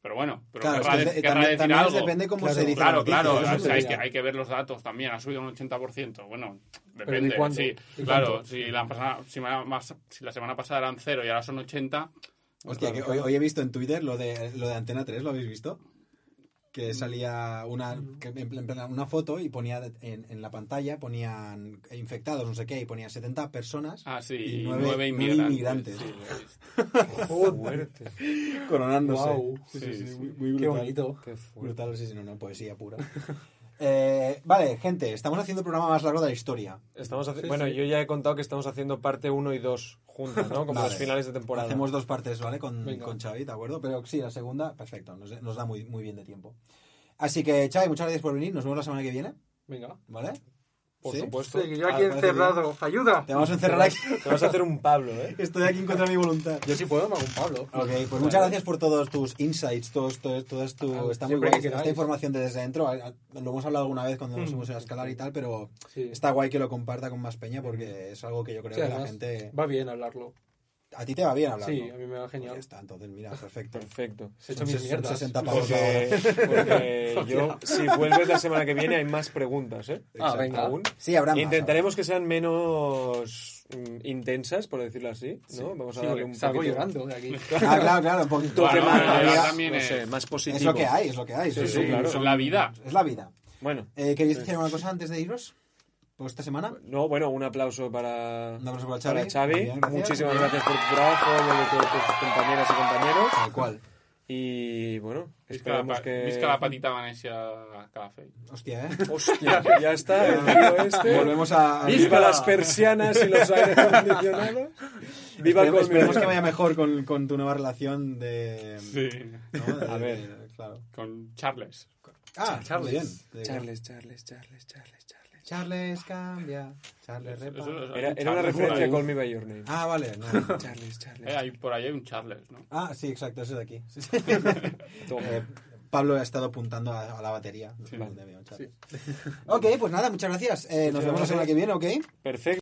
D: Pero bueno, pero
B: Claro, es
D: querrá
B: que
D: de-
B: de-
D: querrá
B: también,
D: decir
B: también
D: algo.
B: depende cómo
E: Claro,
B: se dice.
D: Claro,
B: la noticia,
D: claro,
B: eso es
D: o
B: lo
D: sea,
B: que
D: hay,
B: ya-
D: que, hay que ver los datos también. Ha subido un 80%. Bueno,
E: ¿de
D: depende.
E: cuándo?
D: sí.
E: ¿De
D: claro,
E: cuánto?
D: si la, pasada- si, la más- si la semana pasada eran 0 y ahora son 80.
B: Hostia, que hoy, hoy he visto en Twitter lo de, lo de Antena 3, ¿lo habéis visto? Que salía una, que en plan- en plan una foto y ponía de- en, en la pantalla, ponían infectados, no sé qué, y ponía 70 personas
D: Ah, sí,
B: Y
D: y
B: nueve-
D: 9
B: nueve inmigrantes.
D: inmigrantes. sí, lo he visto.
C: Fuerte,
B: coronándose.
E: Guau.
B: Sí, sí, sí,
D: Sí,
B: Muy, muy
E: Qué
B: brutal.
E: bonito.
C: qué fuerte.
B: Brutal, sí, sí, no, no, poesía pura. [LAUGHS] Eh, vale, gente, estamos haciendo el programa más largo de la historia.
C: Estamos haci-
E: Sí,
C: bueno,
E: sí.
C: yo ya he contado que estamos haciendo parte 1 y 2 juntas, ¿no?
E: [LAUGHS]
C: Como
B: Vale.
C: los finales de temporada.
B: Hacemos dos partes, ¿vale? Con,
E: Venga.
B: con Xavi, ¿de acuerdo? Pero sí, la segunda, perfecto, nos, nos da muy, muy bien de tiempo. Así que, Xavi, muchas gracias por venir, nos vemos la semana que viene,
E: Venga.
B: ¿vale?
C: Por
B: ¿Sí?
C: supuesto.
F: Sí, yo
B: Ah,
F: aquí
B: parece bien.
F: encerrado. ayuda.
B: Te vamos a encerrar aquí. [LAUGHS]
G: Te vas a hacer un Pablo, ¿eh?
B: Estoy aquí en contra de mi voluntad.
E: Yo sí puedo, me hago un Pablo.
B: Ok, pues muchas gracias por todos tus insights, todos, todos, todas tu,
E: Ah,
B: está muy
E: siempre
B: guay
E: que Mm. queráis.
B: esta información de desde dentro. a- a- Lo hemos hablado alguna vez cuando nos fuimos a escalar y tal, pero
E: Sí.
B: está guay que lo comparta con más peña porque es algo que yo creo
E: Sí,
B: que la
E: además,
B: gente...
E: Va bien hablarlo.
B: A ti te va bien hablar.
E: Sí, a mí me va genial.
B: Pues ya está, entonces mira, perfecto.
C: Perfecto.
E: Se he hecho
B: Son
E: mis
B: ses-
E: mierdas.
B: 60 pavos ahora.
C: Porque,
E: [LAUGHS]
C: porque yo, si vuelves la semana que viene, hay más preguntas, ¿eh?
E: Ah, venga.
C: Aún.
B: Sí, habrá más.
C: Intentaremos que sean menos mm, intensas, por decirlo así, ¿no? Vamos a
E: Sí,
C: darle
E: porque
C: un
E: salgo
C: poquito-
E: llorando de aquí.
B: habrá. Ah, claro, claro. un poquito.
C: toque
D: Bueno,
C: más,
D: pero
C: más,
D: también
C: no
D: es-
C: sé, más positivo.
B: es lo que hay, es lo que hay.
C: Sí, sí,
B: es-
C: claro.
D: Es la vida.
B: Es la vida.
C: Bueno,
B: Eh, ¿Queréis decir alguna cosa antes de irnos? ¿Por esta semana?
C: no, bueno, un aplauso para,
B: Un aplauso para
C: para
B: Xavi.
C: Xavi.
B: Bien, gracias.
C: Muchísimas gracias por tu trabajo, por tus compañeras y compañeros.
B: Tal cual.
C: Y bueno,
D: Visca la,
C: esperamos
D: pa-
C: que...
D: visca la patita Vanesia Calafell.
B: Hostia, ¿eh?
C: Hostia, ya está, [LAUGHS] el tío este.
B: Volvemos a...
C: Viva las persianas y los
B: [LAUGHS]
C: aires acondicionados. Viva
B: esperemos, esperemos
C: Colmenar.
B: que vaya mejor con, con tu nueva relación de...
D: Sí.
C: [LAUGHS]
B: ¿no? De-
C: A ver.
B: de- claro.
D: Con Charles.
B: Ah, Charles. bien. De-
G: Charles, Charles, Charles, Charles, Charles.
B: Charles cambia. Charles repa.
D: Eso es-
C: Era,
D: hay un
C: era una
D: Charles
C: referencia a
D: por
C: Call Me By Your Name.
B: Ah, vale. no.
G: Charles,
D: ahí. Eh,
G: Charles.
D: hay- por ahí hay un Charles, ¿no?
B: Ah, sí, exacto, ese de aquí. Sí, sí. [LAUGHS]
C: Toma.
B: Eh, Pablo ha estado apuntando a, a la batería. Vale, bien, Charles. Ok, pues nada, muchas gracias. Eh, nos vemos la semana que viene, ¿ok?
C: Perfecto.